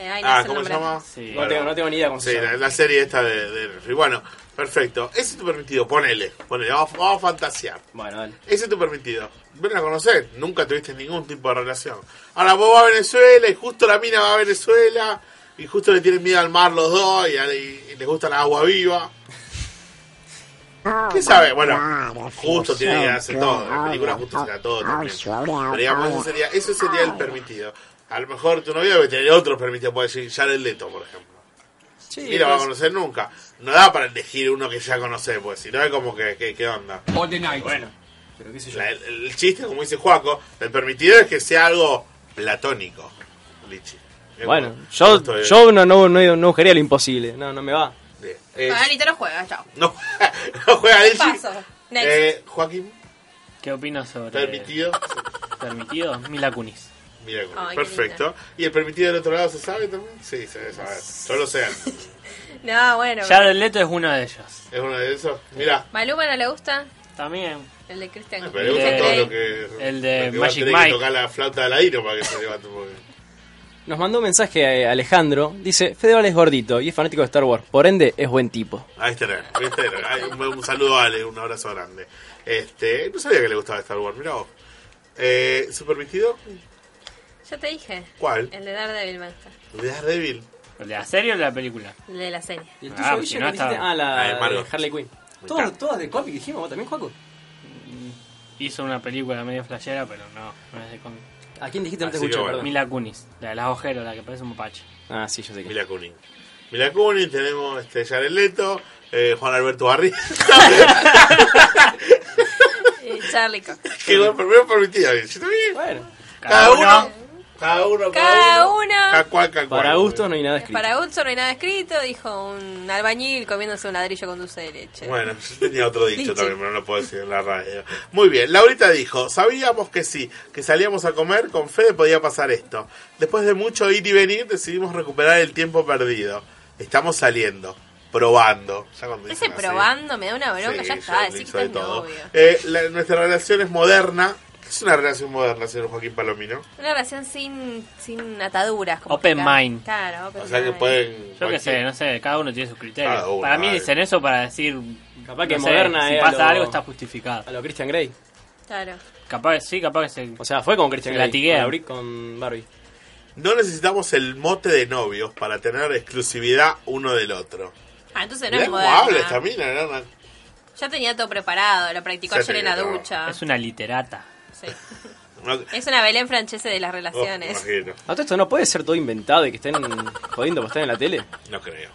Speaker 6: Eh, ay, no
Speaker 4: Ah,
Speaker 6: sé el
Speaker 4: ¿cómo se
Speaker 6: nombre.
Speaker 4: llama?
Speaker 5: Sí.
Speaker 9: No, tengo, no tengo ni idea cómo
Speaker 4: Sí,
Speaker 9: se
Speaker 4: la,
Speaker 9: llama.
Speaker 4: la serie esta de, de Netflix. Bueno, perfecto. Ese es tu permitido, ponele. ponele vamos, vamos a fantasear.
Speaker 9: Bueno, dale.
Speaker 4: Ese es tu permitido. Ven a conocer. Nunca tuviste ningún tipo de relación. Ahora vos vas a Venezuela y justo la mina va a Venezuela y justo le tienen miedo al mar los dos y, a- y- y les gusta la agua viva. ¿Qué sabe? Bueno, justo tiene que hacer todo. La película justo será todo también. Pero digamos, eso sería, eso sería el permitido. A lo mejor tu novio debe tener otro permitido. Puede decir Jared Leto, por ejemplo.
Speaker 9: Sí,
Speaker 4: Ni la va a
Speaker 9: pues,
Speaker 4: conocer nunca. No da para elegir uno que ya conoce, pues, si no es como que, que- ¿qué onda?
Speaker 9: Bueno, pero qué sé yo.
Speaker 4: La- el, el chiste, como dice Juaco, el permitido es que sea algo platónico, Lichi. Es
Speaker 7: Bueno,
Speaker 4: como-
Speaker 7: yo,
Speaker 4: estoy-
Speaker 7: yo no, no, no, no buscaría lo imposible. No, no me va.
Speaker 4: Bien. Eh,
Speaker 6: Bueno, Anita no juega, chao.
Speaker 4: no, no juega Lichi.
Speaker 6: Paso. Next.
Speaker 4: Ah, Eh, Joaquín,
Speaker 5: ¿Qué opino sobre
Speaker 4: permitido.
Speaker 5: permitido? Mila Kunis.
Speaker 4: Mira, como-
Speaker 6: Ay, qué
Speaker 4: perfecto. ¿Y el permitido del otro lado se sabe también? Sí, se debe saber. Solo sean.
Speaker 6: No, bueno.
Speaker 5: Jared Leto es uno de ellos.
Speaker 4: Es uno de esos. Mira,
Speaker 6: Maluma no le gusta
Speaker 5: También.
Speaker 6: el de Christian Eh,
Speaker 4: me Eh, gusta
Speaker 5: El de-
Speaker 4: todo
Speaker 6: Grey.
Speaker 4: lo que.
Speaker 5: el de
Speaker 4: lo que va a
Speaker 5: Magic
Speaker 4: tener que
Speaker 5: Mike.
Speaker 4: tocar la flauta de la Iro para que se levante. Porque...
Speaker 7: Nos mandó un mensaje eh, Alejandro. Dice, Fedeval es gordito y es fanático de Star Wars. Por ende, es buen tipo.
Speaker 4: Ahí está, ¿viste? Ay, un, un saludo a Ale, un abrazo grande. Este, no sabía que le gustaba Star Wars, mirá vos. Eh, ¿Super vestido?
Speaker 6: Ya te dije.
Speaker 4: ¿Cuál?
Speaker 6: El de Daredevil, me gusta.
Speaker 4: El de Daredevil.
Speaker 5: ¿El ¿De la serie o la película?
Speaker 6: El de la serie.
Speaker 9: ¿Y el
Speaker 5: Ah,
Speaker 9: tuyo,
Speaker 5: pues
Speaker 9: Guille,
Speaker 5: si no
Speaker 9: cuál
Speaker 5: está-
Speaker 9: dijiste? Ah,
Speaker 4: Ah, de
Speaker 9: la
Speaker 4: Margot.
Speaker 9: de Harley Quinn.
Speaker 4: encanta.
Speaker 9: Todas, todas de cómic dijimos, vos también, Juaco.
Speaker 5: Hizo una película medio flashera, pero no, no es de cómic.
Speaker 9: ¿A quién dijiste no te
Speaker 4: Así que
Speaker 9: escuché,
Speaker 4: bueno.
Speaker 9: perdón?
Speaker 5: Mila Kunis, la de las ojeras, la que parece un mapache.
Speaker 7: Ah, sí, yo sé que.
Speaker 4: Mila Kunin. Mila Kunin, tenemos este, Jared Leto, eh, Juan Alberto Ah, Barri.
Speaker 6: Y Eh, Charlie Cox.
Speaker 4: que igual primero permitido. ¿sí? ¿Está bien?
Speaker 9: Bueno,
Speaker 4: Cada
Speaker 5: Cada
Speaker 4: uno.
Speaker 5: uno.
Speaker 4: Cada uno.
Speaker 6: Cada uno.
Speaker 4: Cada cual, cada cual.
Speaker 7: Para gustos no hay nada escrito.
Speaker 6: Para Utsor no hay nada escrito, dijo un albañil comiéndose un ladrillo con dulce de leche.
Speaker 4: Bueno, yo tenía otro dicho
Speaker 6: Lichi.
Speaker 4: también, pero no lo puedo decir en la radio. Muy bien, Laurita dijo, sabíamos que sí, que salíamos a comer, con Fede podía pasar esto. Después de mucho ir y venir, decidimos recuperar el tiempo perdido. Estamos saliendo, probando. Ya cuando
Speaker 6: Ese
Speaker 4: dicen así.
Speaker 6: probando me da una bronca,
Speaker 4: Sí,
Speaker 6: ya
Speaker 4: yo
Speaker 6: está, decir
Speaker 4: hizo
Speaker 6: que
Speaker 4: de
Speaker 6: estás
Speaker 4: todo.
Speaker 6: novio.
Speaker 4: Eh, la- nuestra relación es moderna. ¿Qué es una relación moderna, señor Joaquín Palomino?
Speaker 6: Una relación sin, sin ataduras. Como
Speaker 5: Open
Speaker 6: que cada-
Speaker 5: mind.
Speaker 6: Claro, open
Speaker 4: O sea que
Speaker 6: mind.
Speaker 4: pueden...
Speaker 5: Yo qué
Speaker 4: cualquier-
Speaker 5: sé, no sé, cada uno tiene sus criterios.
Speaker 4: Cada uno,
Speaker 5: para mí
Speaker 4: ay.
Speaker 5: dicen eso para decir.
Speaker 7: Capaz
Speaker 5: no
Speaker 7: que
Speaker 5: sé,
Speaker 7: moderna
Speaker 5: Si
Speaker 7: es a
Speaker 5: pasa
Speaker 7: lo-
Speaker 5: algo, está justificado.
Speaker 7: A lo Christian Grey.
Speaker 6: Claro.
Speaker 5: Capaz que sí, capaz que se.
Speaker 7: O sea, fue con Christian
Speaker 5: Se
Speaker 7: Grey.
Speaker 5: latiguea.
Speaker 7: Con, la Bri- con Barbie.
Speaker 4: No necesitamos el mote de novios para tener exclusividad uno del otro.
Speaker 6: Ah, entonces no
Speaker 4: Mirá
Speaker 6: es
Speaker 4: cómo habla esta
Speaker 6: moderna.
Speaker 4: mina, era una-
Speaker 6: Ya tenía todo preparado, lo practicó
Speaker 4: Ya
Speaker 6: ayer en la
Speaker 4: tenía todo.
Speaker 6: ducha.
Speaker 5: es una literata.
Speaker 6: Sí.
Speaker 4: una-
Speaker 6: Es una Belén francese de las
Speaker 4: Oh,
Speaker 6: relaciones.
Speaker 4: me imagino.
Speaker 7: A Ah, todo esto no puede ser todo inventado y que estén jodiendo por estar en la tele.
Speaker 4: No creo.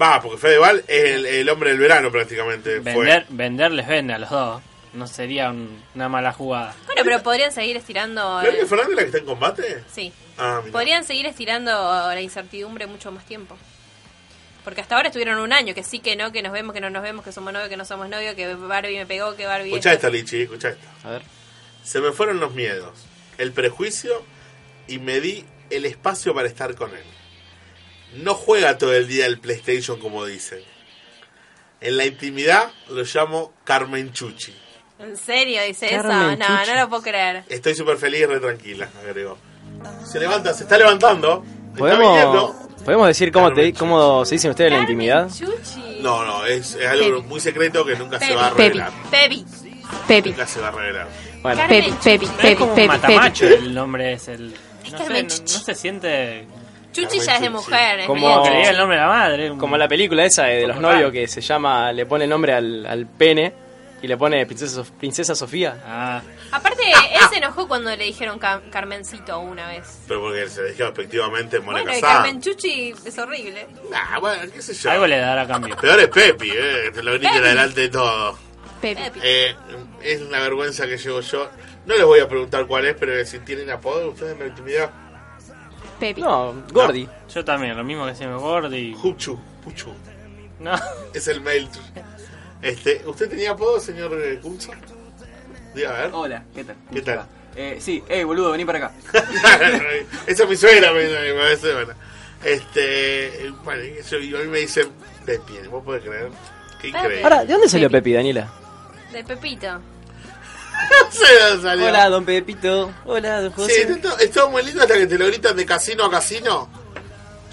Speaker 4: Va, porque Fedeval es el, el hombre del verano prácticamente.
Speaker 5: Vender, vender les vende a los dos. No sería un- una mala jugada.
Speaker 6: bueno, pero podrían seguir estirando.
Speaker 4: Fue. ¿Claudia
Speaker 6: eh,
Speaker 4: Fernández la que está en combate?
Speaker 6: Sí.
Speaker 4: Ah, mira.
Speaker 6: Podrían seguir estirando la incertidumbre mucho más tiempo. Porque hasta ahora estuvieron un año, que sí, que no, que nos vemos, que no nos vemos, que somos novios, que no somos novios, que Barbie me pegó, que Barbie...
Speaker 4: Escuchá
Speaker 6: esto.
Speaker 4: esta, Lichi, escuchá esta.
Speaker 7: A ver.
Speaker 4: Se me fueron los miedos, el prejuicio y me di el espacio para estar con él. No juega todo el día el PlayStation como dicen. En la intimidad lo llamo Carmen Chuchi.
Speaker 6: ¿En serio dice
Speaker 7: Carmen
Speaker 6: eso? No,
Speaker 7: Chuchi.
Speaker 6: no lo puedo creer.
Speaker 4: Estoy súper feliz y re tranquila, agregó. Se levanta, se está levantando. Está
Speaker 7: ¿Podemos,
Speaker 4: viniendo.
Speaker 7: ¿Podemos decir cómo, te,
Speaker 4: Carmen
Speaker 7: cómo se dicen ustedes en la intimidad?
Speaker 6: Chuchi.
Speaker 4: No, no, es, es algo
Speaker 6: Pepe.
Speaker 4: muy secreto que nunca se
Speaker 6: Pepe.
Speaker 4: va a revelar.
Speaker 6: Pebi.
Speaker 3: Pepi,
Speaker 4: Nunca se va a revelar.
Speaker 7: Bueno,
Speaker 6: Carmen
Speaker 3: Pepi, Pepi,
Speaker 5: Pero es
Speaker 3: Pepi,
Speaker 5: como un
Speaker 3: Pepi, Pepi.
Speaker 5: matamacho el nombre es el. No, sé, no,
Speaker 6: Carmen
Speaker 5: no
Speaker 6: Chuchi.
Speaker 5: se siente.
Speaker 6: Chuchi
Speaker 4: Carmen
Speaker 6: ya es de
Speaker 4: Chuchi.
Speaker 6: mujer. es
Speaker 7: Como-
Speaker 5: Como
Speaker 6: medio
Speaker 5: que
Speaker 6: chuchi.
Speaker 5: le diga el nombre de la madre. un-
Speaker 7: como la película esa de, de los novios que se llama, le pone el nombre al, al pene y le pone Princesa, Sof- Princesa Sofía.
Speaker 5: Ah,
Speaker 6: Aparte, él se enojó cuando le dijeron Ca- Carmencito una vez.
Speaker 4: Pero porque se dijo efectivamente Mónica
Speaker 6: Bueno, y
Speaker 4: Sanz.
Speaker 6: Carmen Chuchi es horrible.
Speaker 4: Nah, bueno, qué sé yo.
Speaker 5: algo le dará cambio.
Speaker 4: Peor es Pepi, eh, te lo gritan
Speaker 6: Pepi.
Speaker 4: delante de todo.
Speaker 6: Pepi.
Speaker 4: Eh, es una vergüenza que llevo yo. No les voy a preguntar cuál es, pero si tienen apodo ustedes en la intimidad.
Speaker 3: Pepi.
Speaker 7: No, Gordi.
Speaker 5: Yo también, lo mismo que se me gordi.
Speaker 4: Juchu, Puchu.
Speaker 5: No,
Speaker 4: Es el mail. Este, ¿Usted tenía apodo, señor eh, Kunze? Diga, a ver.
Speaker 11: Hola, ¿qué tal?
Speaker 4: ¿Qué tal?
Speaker 11: Eh, sí, eh, boludo, vení para acá.
Speaker 4: Esa es mi suegra, me dice mi madre, suegra. Este, bueno, y eso, y a mí me dicen de piel, vos podés creer. Qué increíble.
Speaker 7: Ahora, ¿de dónde salió Pepi, Daniela?
Speaker 6: De Pepito.
Speaker 7: Hola, don Pepito. Hola, don
Speaker 4: Sí,
Speaker 7: José.
Speaker 4: es todo- es todo muy lindo hasta que te lo gritan de casino a casino,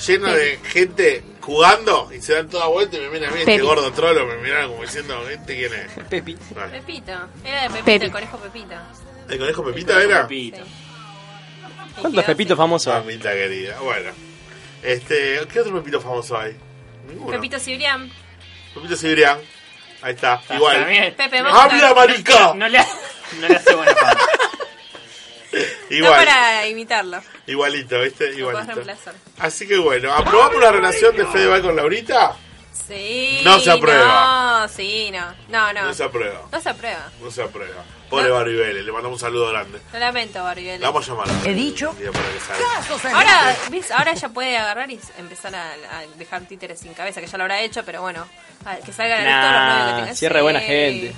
Speaker 4: lleno de gente jugando y se dan toda vuelta y me miran a mí, este
Speaker 6: Pepe.
Speaker 4: gordo trolo, me miran como diciendo, ¿este quién es?
Speaker 7: Pepi.
Speaker 4: Vale.
Speaker 6: Pepito. Era de Pepito,
Speaker 4: Pepi.
Speaker 6: el conejo Pepito.
Speaker 4: ¿El conejo Pepita era?
Speaker 7: ¿Cuántos Pepitos famosos?
Speaker 4: Mamita querida, bueno. Este, ¿Qué otro Pepito famoso hay? Ninguno.
Speaker 6: Pepito Cibrián.
Speaker 4: Pepito Cibrián. Ahí está, igual.
Speaker 5: también.
Speaker 6: Pepe Mota.
Speaker 4: ¡Habla, marica!
Speaker 5: No le, no le hace buena fama.
Speaker 4: Igual,
Speaker 6: No para imitarlo.
Speaker 4: igualito, ¿viste?
Speaker 6: Lo puedes
Speaker 4: Igualito.
Speaker 6: reemplazar.
Speaker 4: Así que bueno, ¿aprobamos la relación de Fedeval con Laurita?
Speaker 6: Sí.
Speaker 4: No se aprueba.
Speaker 6: No, sí, no. No, no.
Speaker 4: No se aprueba.
Speaker 6: No se aprueba.
Speaker 4: No se aprueba. Pobre Barbie Vélez, le mandamos un saludo grande.
Speaker 6: Lo lamento, Barbiel.
Speaker 4: La vamos a llamar.
Speaker 6: He
Speaker 4: dicho. para que salga.
Speaker 6: Ahora, ¿ves? Ahora ya puede agarrar y empezar a, a dejar títeres sin cabeza, que ya lo habrá hecho, pero bueno, a- que salga de todos los novios que
Speaker 7: Nah,
Speaker 6: tenga.
Speaker 7: cierre
Speaker 6: Sí.
Speaker 7: buena gente.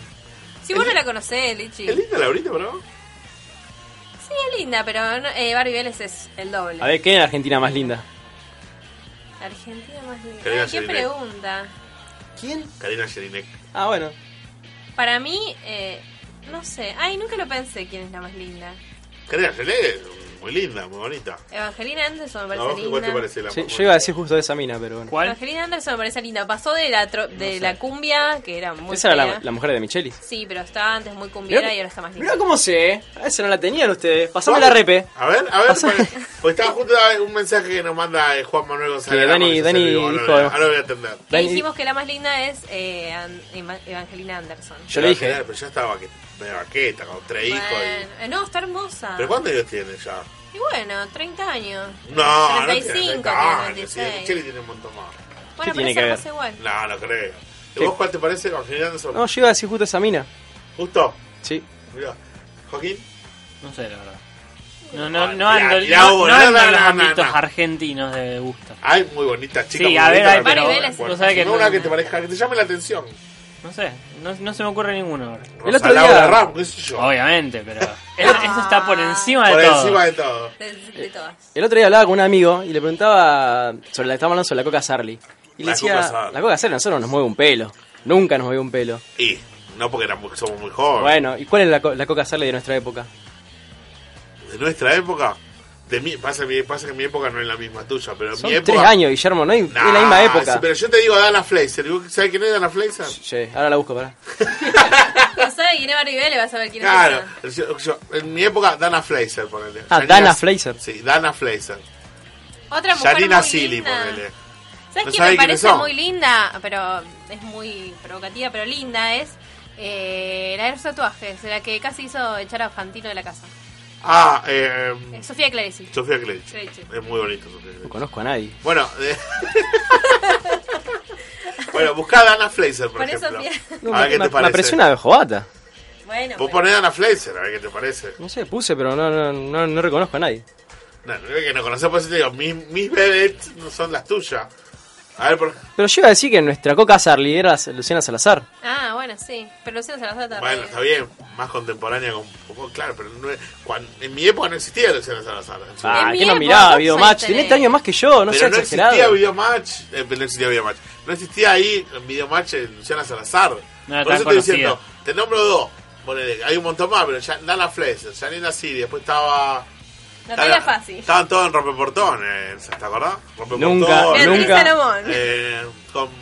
Speaker 6: Si vos no la conocés, Lichi.
Speaker 4: ¿Es linda Laurita, bro?
Speaker 6: Sí, es linda, pero no- eh, Barbie Vélez es el doble.
Speaker 7: A ver, ¿qué es la Argentina más linda?
Speaker 6: Argentina más linda.
Speaker 4: Querida
Speaker 6: Ay, ¿Qué
Speaker 4: Yelinek.
Speaker 6: pregunta?
Speaker 7: ¿Quién?
Speaker 4: Karina Jelinek.
Speaker 7: Ah, bueno.
Speaker 6: Para mí, eh, no sé. Ay, nunca lo pensé quién es la más linda.
Speaker 4: Karina Jelinek es muy linda, muy bonita.
Speaker 6: Evangelina Anderson me
Speaker 4: ¿A
Speaker 6: parece
Speaker 4: vos qué- cuál te
Speaker 6: linda.
Speaker 4: parece la
Speaker 7: Sí,
Speaker 4: más
Speaker 7: yo iba a decir justo esa mina, pero bueno.
Speaker 6: Evangelina Anderson me parece linda. Pasó de la, tro- de la cumbia, que era muy.
Speaker 7: Esa era
Speaker 6: fea.
Speaker 7: la, la mujer de Michelis.
Speaker 6: Sí, pero estaba antes muy cumbiera
Speaker 7: Mirá-
Speaker 6: y ahora está más linda.
Speaker 7: Mirá cómo sé. ¿eh? A esa no la tenían ustedes. Pasame la repe.
Speaker 4: A ver, a ver, pues, pues estaba justo un mensaje que nos manda eh, Juan Manuel González.
Speaker 7: Que Dani-
Speaker 4: Ramos, y se
Speaker 7: Dani
Speaker 4: digo, ahora
Speaker 7: dijo-
Speaker 4: lo voy a- Ahora lo voy a atender.
Speaker 6: Que dijimos que la más linda es eh, An- Eva- Evangelina Anderson.
Speaker 7: Yo le dije.
Speaker 4: Pero ya estaba vaque- medio vaqueta, con tres hijos. y-
Speaker 6: Bueno, eh, no, está hermosa.
Speaker 4: ¿Pero cuántos hijos tiene ya?
Speaker 6: Y bueno, 30 años.
Speaker 4: No, no tiene
Speaker 6: 35,
Speaker 4: 30 años, sí,
Speaker 6: 36.
Speaker 4: Michelle tiene un montón más.
Speaker 7: tiene
Speaker 6: Bueno, pero es
Speaker 7: que ver?
Speaker 6: hermosa igual.
Speaker 4: No, no creo. ¿Y
Speaker 7: ¿Qué?
Speaker 4: vos cuál te parece, Evangelina Anderson?
Speaker 7: No, yo iba a decir justo esa mina.
Speaker 4: ¿Justo?
Speaker 7: Sí.
Speaker 4: Mirá. ¿Joaquín?
Speaker 5: No sé, la verdad. No, no, no
Speaker 4: Mirá,
Speaker 5: ando,
Speaker 4: mirá
Speaker 5: no,
Speaker 4: vos,
Speaker 5: no
Speaker 4: no,
Speaker 5: ando
Speaker 4: no,
Speaker 5: en los
Speaker 4: no, no,
Speaker 5: ámbitos
Speaker 4: no.
Speaker 5: argentinos de gusto.
Speaker 4: Hay muy bonitas chicas.
Speaker 5: Sí,
Speaker 4: muy
Speaker 5: a ver,
Speaker 4: bonitas,
Speaker 5: hay, pero
Speaker 4: bueno,
Speaker 5: vos
Speaker 4: bueno,
Speaker 5: sabés que
Speaker 4: sino
Speaker 5: no-
Speaker 4: una que te parezca, que te llame la atención.
Speaker 5: No sé, no, no se me ocurre ninguno ahora.
Speaker 7: El otro
Speaker 4: Laura
Speaker 7: día-
Speaker 4: Ram, qué sé yo.
Speaker 5: Obviamente, pero es- eso está por encima de
Speaker 4: Por
Speaker 5: todo.
Speaker 4: encima de todo.
Speaker 6: De,
Speaker 7: Eh.
Speaker 6: de todas.
Speaker 7: El otro día hablaba con un amigo y le preguntaba sobre la estábamos hablando sobre la coca Sarli. Y le
Speaker 4: La
Speaker 7: decía,
Speaker 4: Coca Sarli.
Speaker 7: la coca Sarli a nosotros nos mueve un pelo. Nunca nos mueve un pelo.
Speaker 4: Y no porque éramos- somos muy jóvenes.
Speaker 7: Bueno, ¿y cuál es la, co- la coca Sarli de nuestra época?
Speaker 4: De nuestra época. De mi, pasa, mi- pasa que mi época no es la misma tuya, pero en
Speaker 7: Son
Speaker 4: mi época.
Speaker 7: tres años, Guillermo, no hay,
Speaker 4: Nah,
Speaker 7: es la misma
Speaker 4: sí,
Speaker 7: época.
Speaker 4: pero yo te digo Dana Fleiser. ¿Vos ¿Sabes quién es Dana Fleiser?
Speaker 7: Che, ahora la busco, pará.
Speaker 6: No sabe quién es Barbie Vélez, vas a ver quién
Speaker 4: Claro,
Speaker 6: es.
Speaker 4: yo- yo- en mi época Dana Fleiser, ponele.
Speaker 7: Ah,
Speaker 4: Janina-
Speaker 7: Dana Fleiser.
Speaker 4: Sí, Dana Fleiser.
Speaker 6: esa. Otra mujer
Speaker 4: Janina
Speaker 6: muy
Speaker 4: Silly,
Speaker 6: linda.
Speaker 4: ponele.
Speaker 6: ¿Sabes
Speaker 4: No
Speaker 6: quién
Speaker 4: sabe quiénes
Speaker 6: me parece
Speaker 4: son.
Speaker 6: muy linda? Pero es muy provocativa, pero linda es eh, la de los tatuajes, la que casi hizo echar a Fantino de la casa.
Speaker 4: Ah, eh,
Speaker 6: Eh, Sofía Clarici.
Speaker 4: Sofía Clech.
Speaker 6: Clerici.
Speaker 4: Es muy bonito, Sofía Clerici.
Speaker 7: No conozco a nadie.
Speaker 4: Bueno, de- bueno, buscá a Dana Fleiser, por,
Speaker 6: Por eso
Speaker 4: ejemplo.
Speaker 6: fui-
Speaker 4: A ver qué
Speaker 7: me, me
Speaker 4: te parece.
Speaker 7: apareció una jodata.
Speaker 6: Bueno,
Speaker 4: Vos
Speaker 6: pero-
Speaker 4: ponés a Dana Fleiser, a ver qué te parece.
Speaker 7: No sé, puse, pero no, no, no, no reconozco a nadie.
Speaker 4: No, no creo que no conocés, por eso te digo, mis, mis vedettes no son las tuyas. A ver, por...
Speaker 7: Pero yo iba a decir que nuestra coca Sarli era Luciana Salazar.
Speaker 6: Ah, bueno, sí. Pero Luciana Salazar está
Speaker 4: bueno,
Speaker 6: re-
Speaker 4: está bien, más contemporánea con poco, claro, pero no es- cuan- en mi época no existía Luciana Salazar. En su-
Speaker 7: Ah,
Speaker 6: mi
Speaker 7: que no
Speaker 6: época,
Speaker 7: miraba
Speaker 6: ¿cuántos años
Speaker 7: Videomatch.
Speaker 6: tenés?
Speaker 7: Tenía este año más que yo, no
Speaker 4: pero
Speaker 7: sea
Speaker 4: no
Speaker 7: exagerado.
Speaker 4: existía Videomatch, eh, no existía Videomatch, no existía ahí en Videomatch en Luciana Salazar.
Speaker 5: No era
Speaker 4: Por eso
Speaker 5: tan
Speaker 4: estoy
Speaker 5: conocida.
Speaker 4: diciendo, te nombro dos, ponele, hay un montón más, pero ya, Dana Fleischer, Janina Siri, después estaba...
Speaker 6: No tan fácil.
Speaker 4: Estaban todos en rompeportones, ¿te acordás? Rompeportones,
Speaker 7: Nunca,
Speaker 6: Beatriz
Speaker 7: nunca.
Speaker 6: Salomón.
Speaker 4: eh, con, con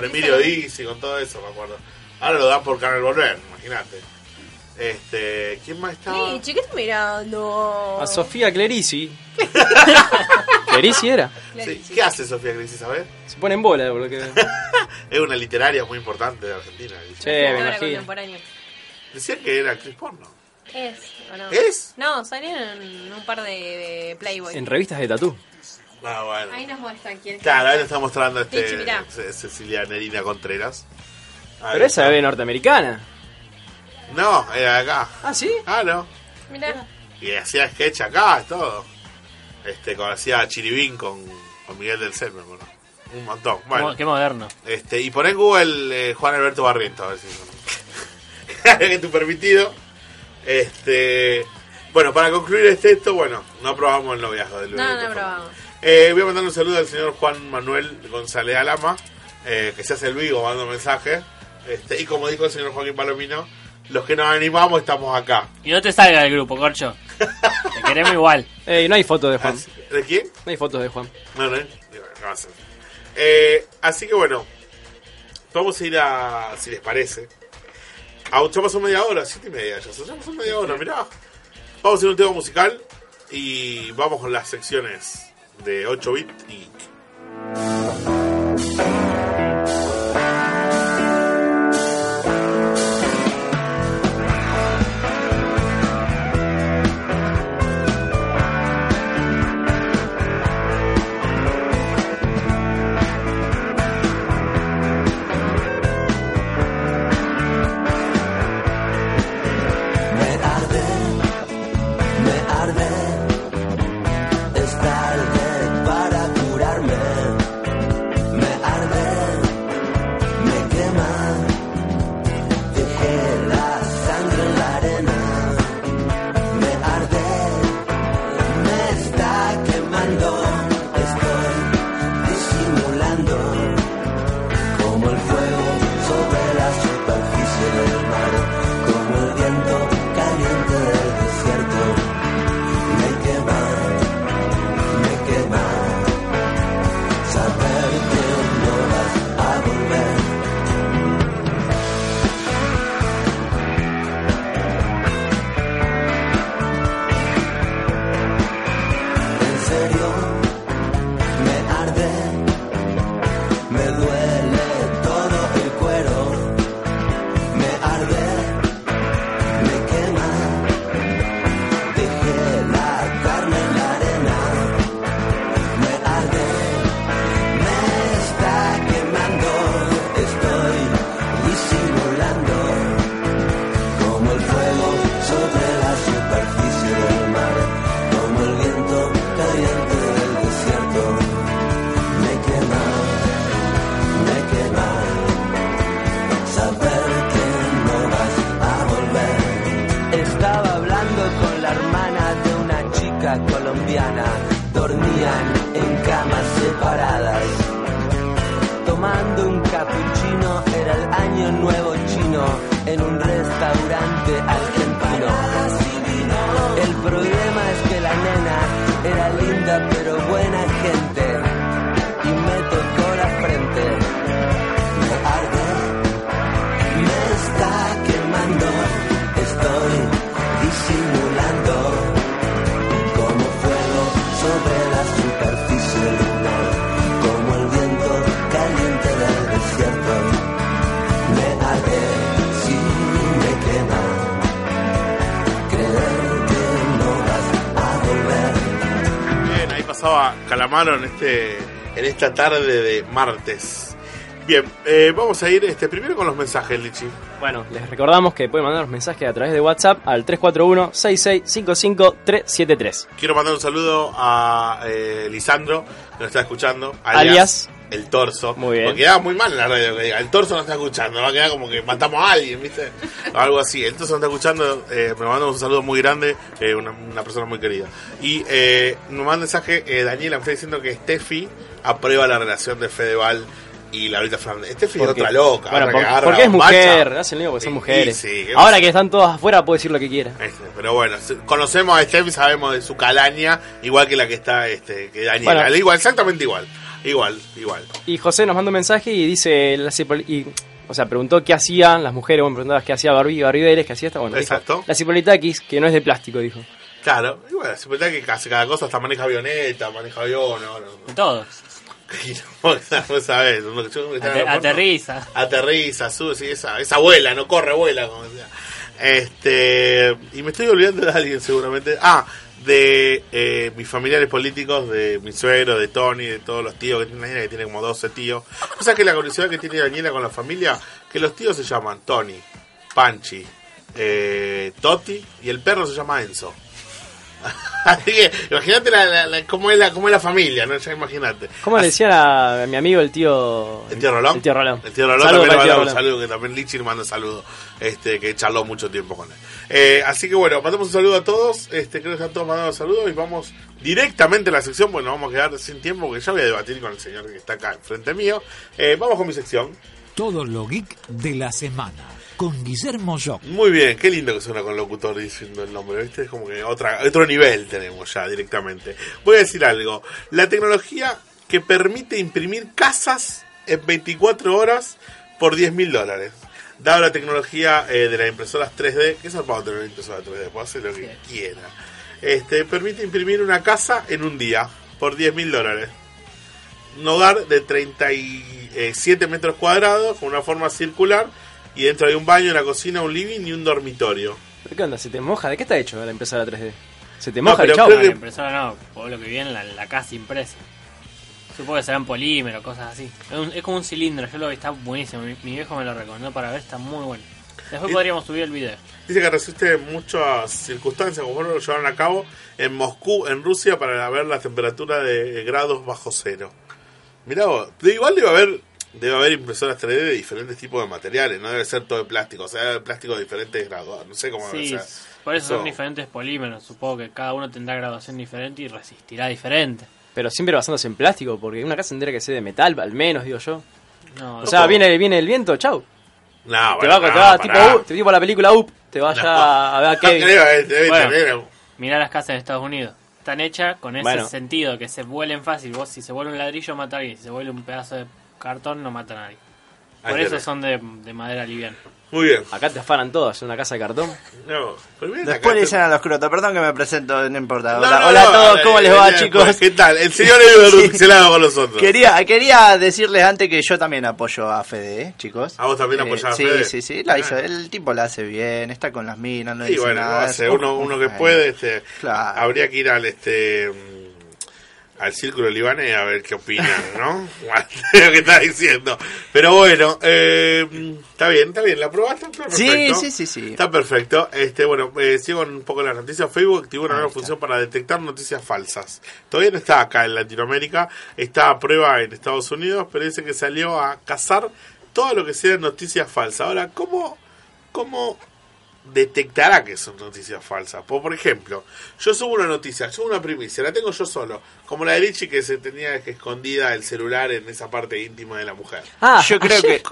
Speaker 6: Beatriz
Speaker 4: Emilio
Speaker 6: Salomón.
Speaker 4: Dizzi, con todo eso, me acuerdo. Ahora lo dan por Canal Volver, imagínate. Este, ¿Quién más estaba?
Speaker 6: Lichi, ¿qué estás mirando?
Speaker 7: A Sofía Clerici. Clerici era.
Speaker 4: Sí, ¿Qué hace Sofía Grisi, sabes?
Speaker 7: Se pone en bola, por lo que.
Speaker 4: Es una literaria muy importante de Argentina. dice.
Speaker 7: Che, me
Speaker 6: Ahora
Speaker 7: imagino.
Speaker 6: contemporáneo.
Speaker 4: Decían que era actriz porno.
Speaker 6: ¿Es o no?
Speaker 4: ¿Es?
Speaker 6: No, salieron en un par de, de Playboy.
Speaker 7: En revistas de tatú.
Speaker 4: Ah, bueno.
Speaker 6: Ahí nos muestran quién es.
Speaker 4: Claro, ahí nos está mostrando este,
Speaker 6: Lichi, mirá.
Speaker 4: Ce- Cecilia Nerina Contreras. Ahí
Speaker 7: Pero esa
Speaker 4: está.
Speaker 7: era norteamericana.
Speaker 4: No, era de acá.
Speaker 7: Ah, sí.
Speaker 4: Ah, no.
Speaker 6: Mirá.
Speaker 4: Y hacía sketch acá, todo. Este, con- hacía Chiribín con, con Miguel del Ser, me acuerdo. Un montón. Bueno,
Speaker 5: Qué moderno.
Speaker 4: este, y pon en Google eh, Juan Alberto Barriento, a ver si. en tu permitido. Este, bueno, para concluir este texto, bueno, no probamos el noviazgo del
Speaker 6: No, no, probamos.
Speaker 4: Eh, voy a mandar un saludo al señor Juan Manuel González Alama, eh, que se hace el vivo mando mensajes. Este, y como dijo el señor Joaquín Palomino, los que nos animamos estamos acá.
Speaker 5: Y no te salga del grupo, Corcho. Te queremos igual.
Speaker 7: no hay fotos
Speaker 4: Ah,
Speaker 7: de Juan.
Speaker 4: ¿De quién?
Speaker 7: No hay fotos de Juan.
Speaker 4: No, no, eh, no va a ser. Eh, así que bueno, vamos a ir a, si les parece, a ya pasó media hora, siete y media ya, ya pasó media hora, mirá. Vamos a ir a un tema musical y vamos con las secciones de 8 bit y...
Speaker 12: Me arde, me arde, es tarde para curarme. Me arde, me quema, dejé la sangre en la arena. Me arde, me está quemando, estoy disimulando como el fuego sobre la superficie del mar. Como el viento caliente del desierto Me quema, me quema Saber que no vas a volver En serio, me arde Me duele todo el cuero Me arde me quema, dejé la carne en la arena, me arde, me está quemando, estoy disimulando, como el fuego sobre la superficie del mar, como el viento caliente del desierto, me quema, me quema, saber que no vas a volver. Estaba hablando con la hermana de una chica colombiana. Dormían en camas separadas. Tomando un cappuccino era el año nuevo chino en un restaurante argentino. El problema es que la nena era linda pero buena gente y me tocó la frente. Me arde, me está quemando. Estoy disimulando como fuego sobre la superficie lunar, como el viento caliente del desierto. Me arde, sí, me quema. Creer que no vas a volver.
Speaker 4: Bien, ahí pasaba Calamaro en este en esta tarde de martes. Bien, eh, vamos a ir este primero con los mensajes, Lichi.
Speaker 7: Bueno, Les recordamos que pueden mandarnos mensajes a través de WhatsApp al 341-6655-373.
Speaker 4: quiero mandar un saludo a eh, Lisandro, que nos está escuchando.
Speaker 7: Alias.
Speaker 4: El torso. Muy
Speaker 7: bien.
Speaker 4: Porque quedaba muy mal en la radio que diga, el torso no está escuchando, va a quedar como que matamos a alguien, ¿viste? O algo así. El torso no está escuchando, eh, me manda un saludo muy grande, eh, una, una persona muy querida. Y eh, me manda un mensaje, eh, Daniela, me está diciendo que Steffi aprueba la relación de Fedeval y Laurita Fernández. Steffi es
Speaker 7: ¿Por qué?
Speaker 4: otra loca.
Speaker 7: Bueno,
Speaker 4: otra
Speaker 7: por-
Speaker 4: que agarra
Speaker 7: porque es
Speaker 4: bombacha.
Speaker 7: mujer, hacen lío porque son
Speaker 4: Y- y
Speaker 7: mujeres.
Speaker 4: sí, ¿qué
Speaker 7: Ahora
Speaker 4: pasa?
Speaker 7: que están todas afuera puede decir lo que quiera.
Speaker 4: Este, Pero bueno, si- conocemos a Steffi, sabemos de su calaña, igual que la que está, este, que Daniela.
Speaker 7: Bueno.
Speaker 4: Igual, exactamente igual. Igual, igual.
Speaker 7: Y José nos manda un mensaje y dice, la cipol- y, o sea, preguntó qué hacían las mujeres, bueno, preguntabas qué hacía Barbie, Barbie Vélez, qué hacía esta, bueno, dijo,
Speaker 4: Exacto.
Speaker 7: la cipolitaquis, que no es de plástico, dijo.
Speaker 4: Claro, y bueno, se cuenta que casi cada cosa, hasta maneja avioneta, maneja avión, no, no.
Speaker 5: Todo.
Speaker 4: no sabes, no, yo creo que está en el
Speaker 5: Ate-
Speaker 4: aeropuerto.
Speaker 5: aterriza.
Speaker 4: Aterriza, sube, sí, esa, esa vuela, no corre, vuela, como decía. Este, y me estoy olvidando de alguien seguramente. Ah, de eh, mis familiares políticos, de mi suegro, de Tony, de todos los tíos que tiene Daniela, que tiene como 12 tíos. O sea que la curiosidad que tiene Daniela con la familia, que los tíos se llaman Tony, Panchi, eh, Toti y el perro se llama Enzo. Así que, imagínate la, la- la- cómo, es la, cómo es la familia, ¿no? Ya imagínate.
Speaker 7: ¿Cómo le decían a, a mi amigo el tío.
Speaker 4: Ah. ¿El tío Rolón?
Speaker 7: El tío Rolón.
Speaker 4: El tío Rolón
Speaker 7: Saludos
Speaker 4: también le
Speaker 7: para el tío
Speaker 4: mandamos un
Speaker 7: Rolón.
Speaker 4: saludo, que también Lichi le manda un saludo, este, que charló mucho tiempo con él. Eh, así que bueno, mandamos un saludo a todos, este, creo que están todos mandando saludos y vamos directamente a la sección, bueno, vamos a quedar sin tiempo porque ya voy a debatir con el señor que está acá enfrente mío. Eh, vamos con mi sección.
Speaker 13: Todo lo geek de la semana con Guillermo Jock.
Speaker 4: Muy bien, qué lindo que suena con locutor diciendo el nombre, ¿viste? Es como que otra, otro nivel tenemos ya directamente. Voy a decir algo. La tecnología que permite imprimir casas en 24 horas por 10 mil dólares. Dado la tecnología eh, de las impresoras 3D, que es zarpado tener una impresora 3D, puedo hacer lo que quiera. Este, permite imprimir una casa en un día por 10 mil dólares. Un hogar de 37 metros cuadrados con una forma circular y dentro hay un baño, una cocina, un living y un dormitorio.
Speaker 7: ¿Pero ¿Qué onda? ¿Se te moja? ¿De qué está hecho la impresora 3D? ¿Se te
Speaker 4: No,
Speaker 7: moja el
Speaker 4: pero
Speaker 7: chavo?
Speaker 4: creo
Speaker 5: La impresora no, por lo que viene la, la casa impresa. Supongo que serán polímero, cosas así. Es, un- es como un cilindro, yo lo vi, está buenísimo. Mi, mi viejo me lo recomendó para ver, está muy bueno. Después
Speaker 4: Y-
Speaker 5: podríamos subir el video.
Speaker 4: Dice que resiste muchas circunstancias, como lo llevaron a cabo en Moscú, en Rusia, para ver la temperatura de grados bajo cero. Mirá vos, de igual debe haber, debe haber impresoras 3D de diferentes tipos de materiales, no debe ser todo de plástico, o sea, debe haber plástico de diferentes grados, no sé cómo debe
Speaker 5: Sí,
Speaker 4: ser.
Speaker 5: por eso son
Speaker 4: Eso-
Speaker 5: diferentes polímeros. Supongo que cada uno tendrá graduación diferente y resistirá diferente.
Speaker 7: Pero siempre basándose en plástico, porque una casa entera que sea de metal, al menos, digo yo.
Speaker 5: No,
Speaker 7: O sea,
Speaker 5: no.
Speaker 7: viene, viene el viento, chau.
Speaker 4: No,
Speaker 7: te
Speaker 4: Ah, bueno,
Speaker 7: va, te va
Speaker 4: no, pará. Ah,
Speaker 7: tipo, Ah, Up, te- tipo la película Up, te vaya a ver a Kevin.
Speaker 5: Bueno, mirá las casas de Estados Unidos. Están hechas con ese
Speaker 7: Bueno.
Speaker 5: sentido, que se vuelen fácil. Vos, si se vuelve un ladrillo, mata a alguien. Si se vuelve un pedazo de cartón, no mata a nadie.
Speaker 7: Ahí
Speaker 5: Por eso
Speaker 7: tenés.
Speaker 5: son de, de madera liviana.
Speaker 4: Muy bien.
Speaker 7: Acá te afanan todas, en una casa de cartón.
Speaker 4: No, pues
Speaker 14: Después le dicen a los crotos, perdón que me presento, no importa.
Speaker 7: No,
Speaker 14: Hola,
Speaker 7: no,
Speaker 14: hola
Speaker 7: no,
Speaker 14: a todos,
Speaker 7: eh,
Speaker 14: ¿cómo les va,
Speaker 7: eh,
Speaker 14: chicos?
Speaker 4: pues, ¿Qué tal? El señor Edu Verdú, que se la haga con nosotros.
Speaker 14: Quería, quería decirles antes que yo también apoyo a Fede, ¿eh, chicos.
Speaker 4: ¿A vos también apoyás a
Speaker 14: sí,
Speaker 4: Fede? Ah.
Speaker 14: Sí, sí, la hizo. El tipo la hace bien, está con las minas, no
Speaker 4: Sí,
Speaker 14: dice
Speaker 4: bueno,
Speaker 14: nada.
Speaker 4: hace
Speaker 14: es-
Speaker 4: uno, uno que
Speaker 14: Bueno,
Speaker 4: puede. Este,
Speaker 14: Claro.
Speaker 4: Habría que ir al este mm, al círculo libanés a ver qué opinan, ¿no? lo que está diciendo. Pero bueno, eh, está bien, está bien. ¿La probaste? Está
Speaker 14: Sí,
Speaker 4: perfecto.
Speaker 14: sí, sí, sí.
Speaker 4: Está perfecto. Este, bueno, eh, sigo un poco las noticias. Facebook activó una nueva función para detectar noticias falsas. Todavía no está acá en Latinoamérica. Está a prueba en Estados Unidos, pero dice que salió a cazar todo lo que sea noticias falsas. Ahora, ¿cómo, cómo detectará que son noticias falsas. Pues, Por, por ejemplo, yo subo una noticia, subo una primicia, la tengo yo solo, como la de Richie que se tenía que escondida el celular en esa parte íntima de la mujer.
Speaker 6: Ah.
Speaker 14: yo creo que.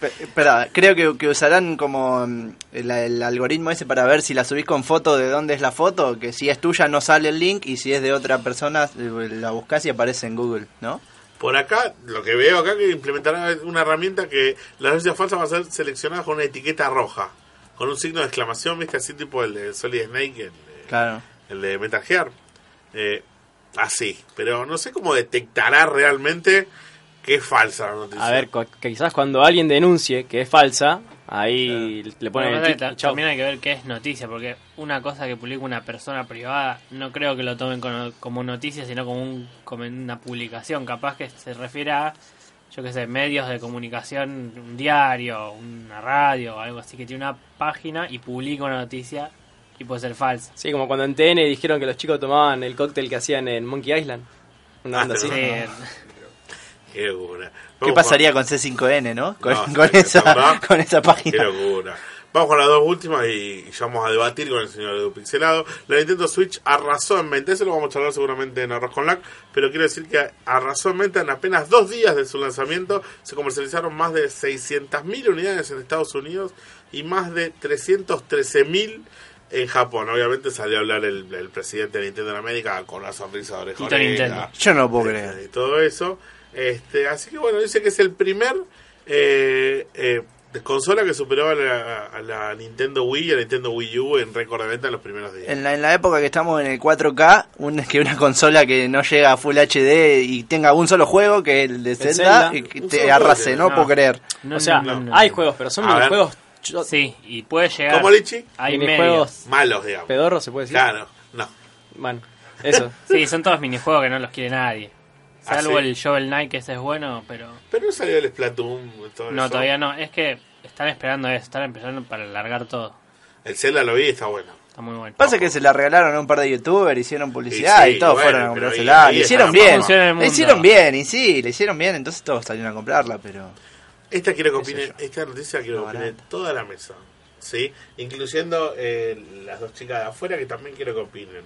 Speaker 14: Pe- espera, creo que, que usarán como mm, el, el algoritmo ese para ver si la subís con foto de dónde es la foto, que si es tuya no sale el link y si es de otra persona eh, la buscas y aparece en Google, ¿no?
Speaker 4: Por acá, lo que veo acá que implementará una herramienta que las noticias falsas va a ser seleccionada con una etiqueta roja, con un signo de exclamación, viste así tipo el de Solid Snake, el,
Speaker 14: Claro.
Speaker 4: el de Metal Gear. Eh, así, pero no sé cómo detectará realmente que es falsa la noticia.
Speaker 7: A ver, cu- que quizás cuando alguien denuncie que es falsa, ahí le ponen
Speaker 5: Bueno,
Speaker 7: el
Speaker 5: pero
Speaker 7: tic-
Speaker 5: ta-
Speaker 7: chau.
Speaker 5: también hay que ver qué es noticia, porque una cosa que publica una persona privada no creo que lo tomen con- como noticia, sino como, un, como una publicación. Capaz que se refiere a, yo qué sé, medios de comunicación, un diario, una radio, algo así, que tiene una página y publica una noticia y puede ser falsa.
Speaker 7: Sí, como cuando en TN dijeron que los chicos tomaban el cóctel que hacían en Monkey Island. Una onda así.
Speaker 4: Qué locura.
Speaker 14: ¿Qué
Speaker 4: Vamos,
Speaker 14: pasaría con C5N, no? Con,
Speaker 4: No,
Speaker 14: con
Speaker 4: sí,
Speaker 14: esa,
Speaker 4: ¿verdad?
Speaker 14: con esa página.
Speaker 4: Qué locura. Vamos con las dos últimas y ya vamos a debatir con el señor Edu Pixelado. La Nintendo Switch arrasó en mente, eso lo vamos a charlar seguramente en Arroz con Lac, pero quiero decir que arrasó en mente en apenas dos días de su lanzamiento. Se comercializaron más de 600.000 unidades en Estados Unidos y más de 313.000 en Japón. Obviamente salió a hablar el, el presidente de Nintendo en América con una sonrisa de
Speaker 14: Tito Nintendo.
Speaker 4: orejonera
Speaker 14: Yo no puedo creer.
Speaker 4: Este, y todo eso. Este, así que bueno, dice que es el primer eh, eh, de consola que superó a la, a la Nintendo Wii y a la Nintendo Wii U en récord de venta en los primeros días.
Speaker 14: En la, en la época que estamos en el 4K, un- que una consola que no llega a Full HD y tenga un solo juego, que es el de
Speaker 7: Zelda.
Speaker 14: Zelda, y que
Speaker 7: Un
Speaker 14: te
Speaker 7: solo
Speaker 14: arrase,
Speaker 7: juego,
Speaker 14: no,
Speaker 7: no.
Speaker 14: puedo creer.
Speaker 7: O sea, hay juegos, pero son
Speaker 14: A ver.
Speaker 7: minijuegos.
Speaker 5: Sí, y puede llegar.
Speaker 7: ¿Cómo, Lichi?
Speaker 5: Hay
Speaker 7: Minijuegos
Speaker 5: medios.
Speaker 4: Malos, digamos.
Speaker 7: Pedorros, se puede decir.
Speaker 4: Claro, no.
Speaker 7: Bueno, eso.
Speaker 5: sí, son todos minijuegos que no los quiere nadie.
Speaker 4: Ah,
Speaker 5: Salvo
Speaker 4: sí.
Speaker 5: el Shovel Knight, que ese es bueno, pero...
Speaker 4: Pero no salió el Splatoon. Todo
Speaker 5: No,
Speaker 4: eso.
Speaker 5: todavía no. Es que están esperando eso, están empezando para alargar todo.
Speaker 4: El Zelda lo vi y está bueno.
Speaker 5: Está muy bueno.
Speaker 14: Pasa que se la regalaron a un par de youtubers, hicieron publicidad
Speaker 4: Y
Speaker 14: y,
Speaker 4: sí,
Speaker 14: todos
Speaker 4: bueno,
Speaker 14: fueron a
Speaker 4: pero
Speaker 14: comprársela.
Speaker 4: ahí- ahí
Speaker 14: Le hicieron
Speaker 4: está la
Speaker 14: bien,
Speaker 4: forma. Funciona en el
Speaker 14: le
Speaker 4: mundo.
Speaker 14: hicieron bien, y sí, le hicieron bien, entonces todos salieron a comprarla, pero...
Speaker 4: Esta quiero que opine, esta noticia quiero que opine toda la mesa, ¿sí? Incluyendo eh, las dos chicas de afuera que también quiero que opinen.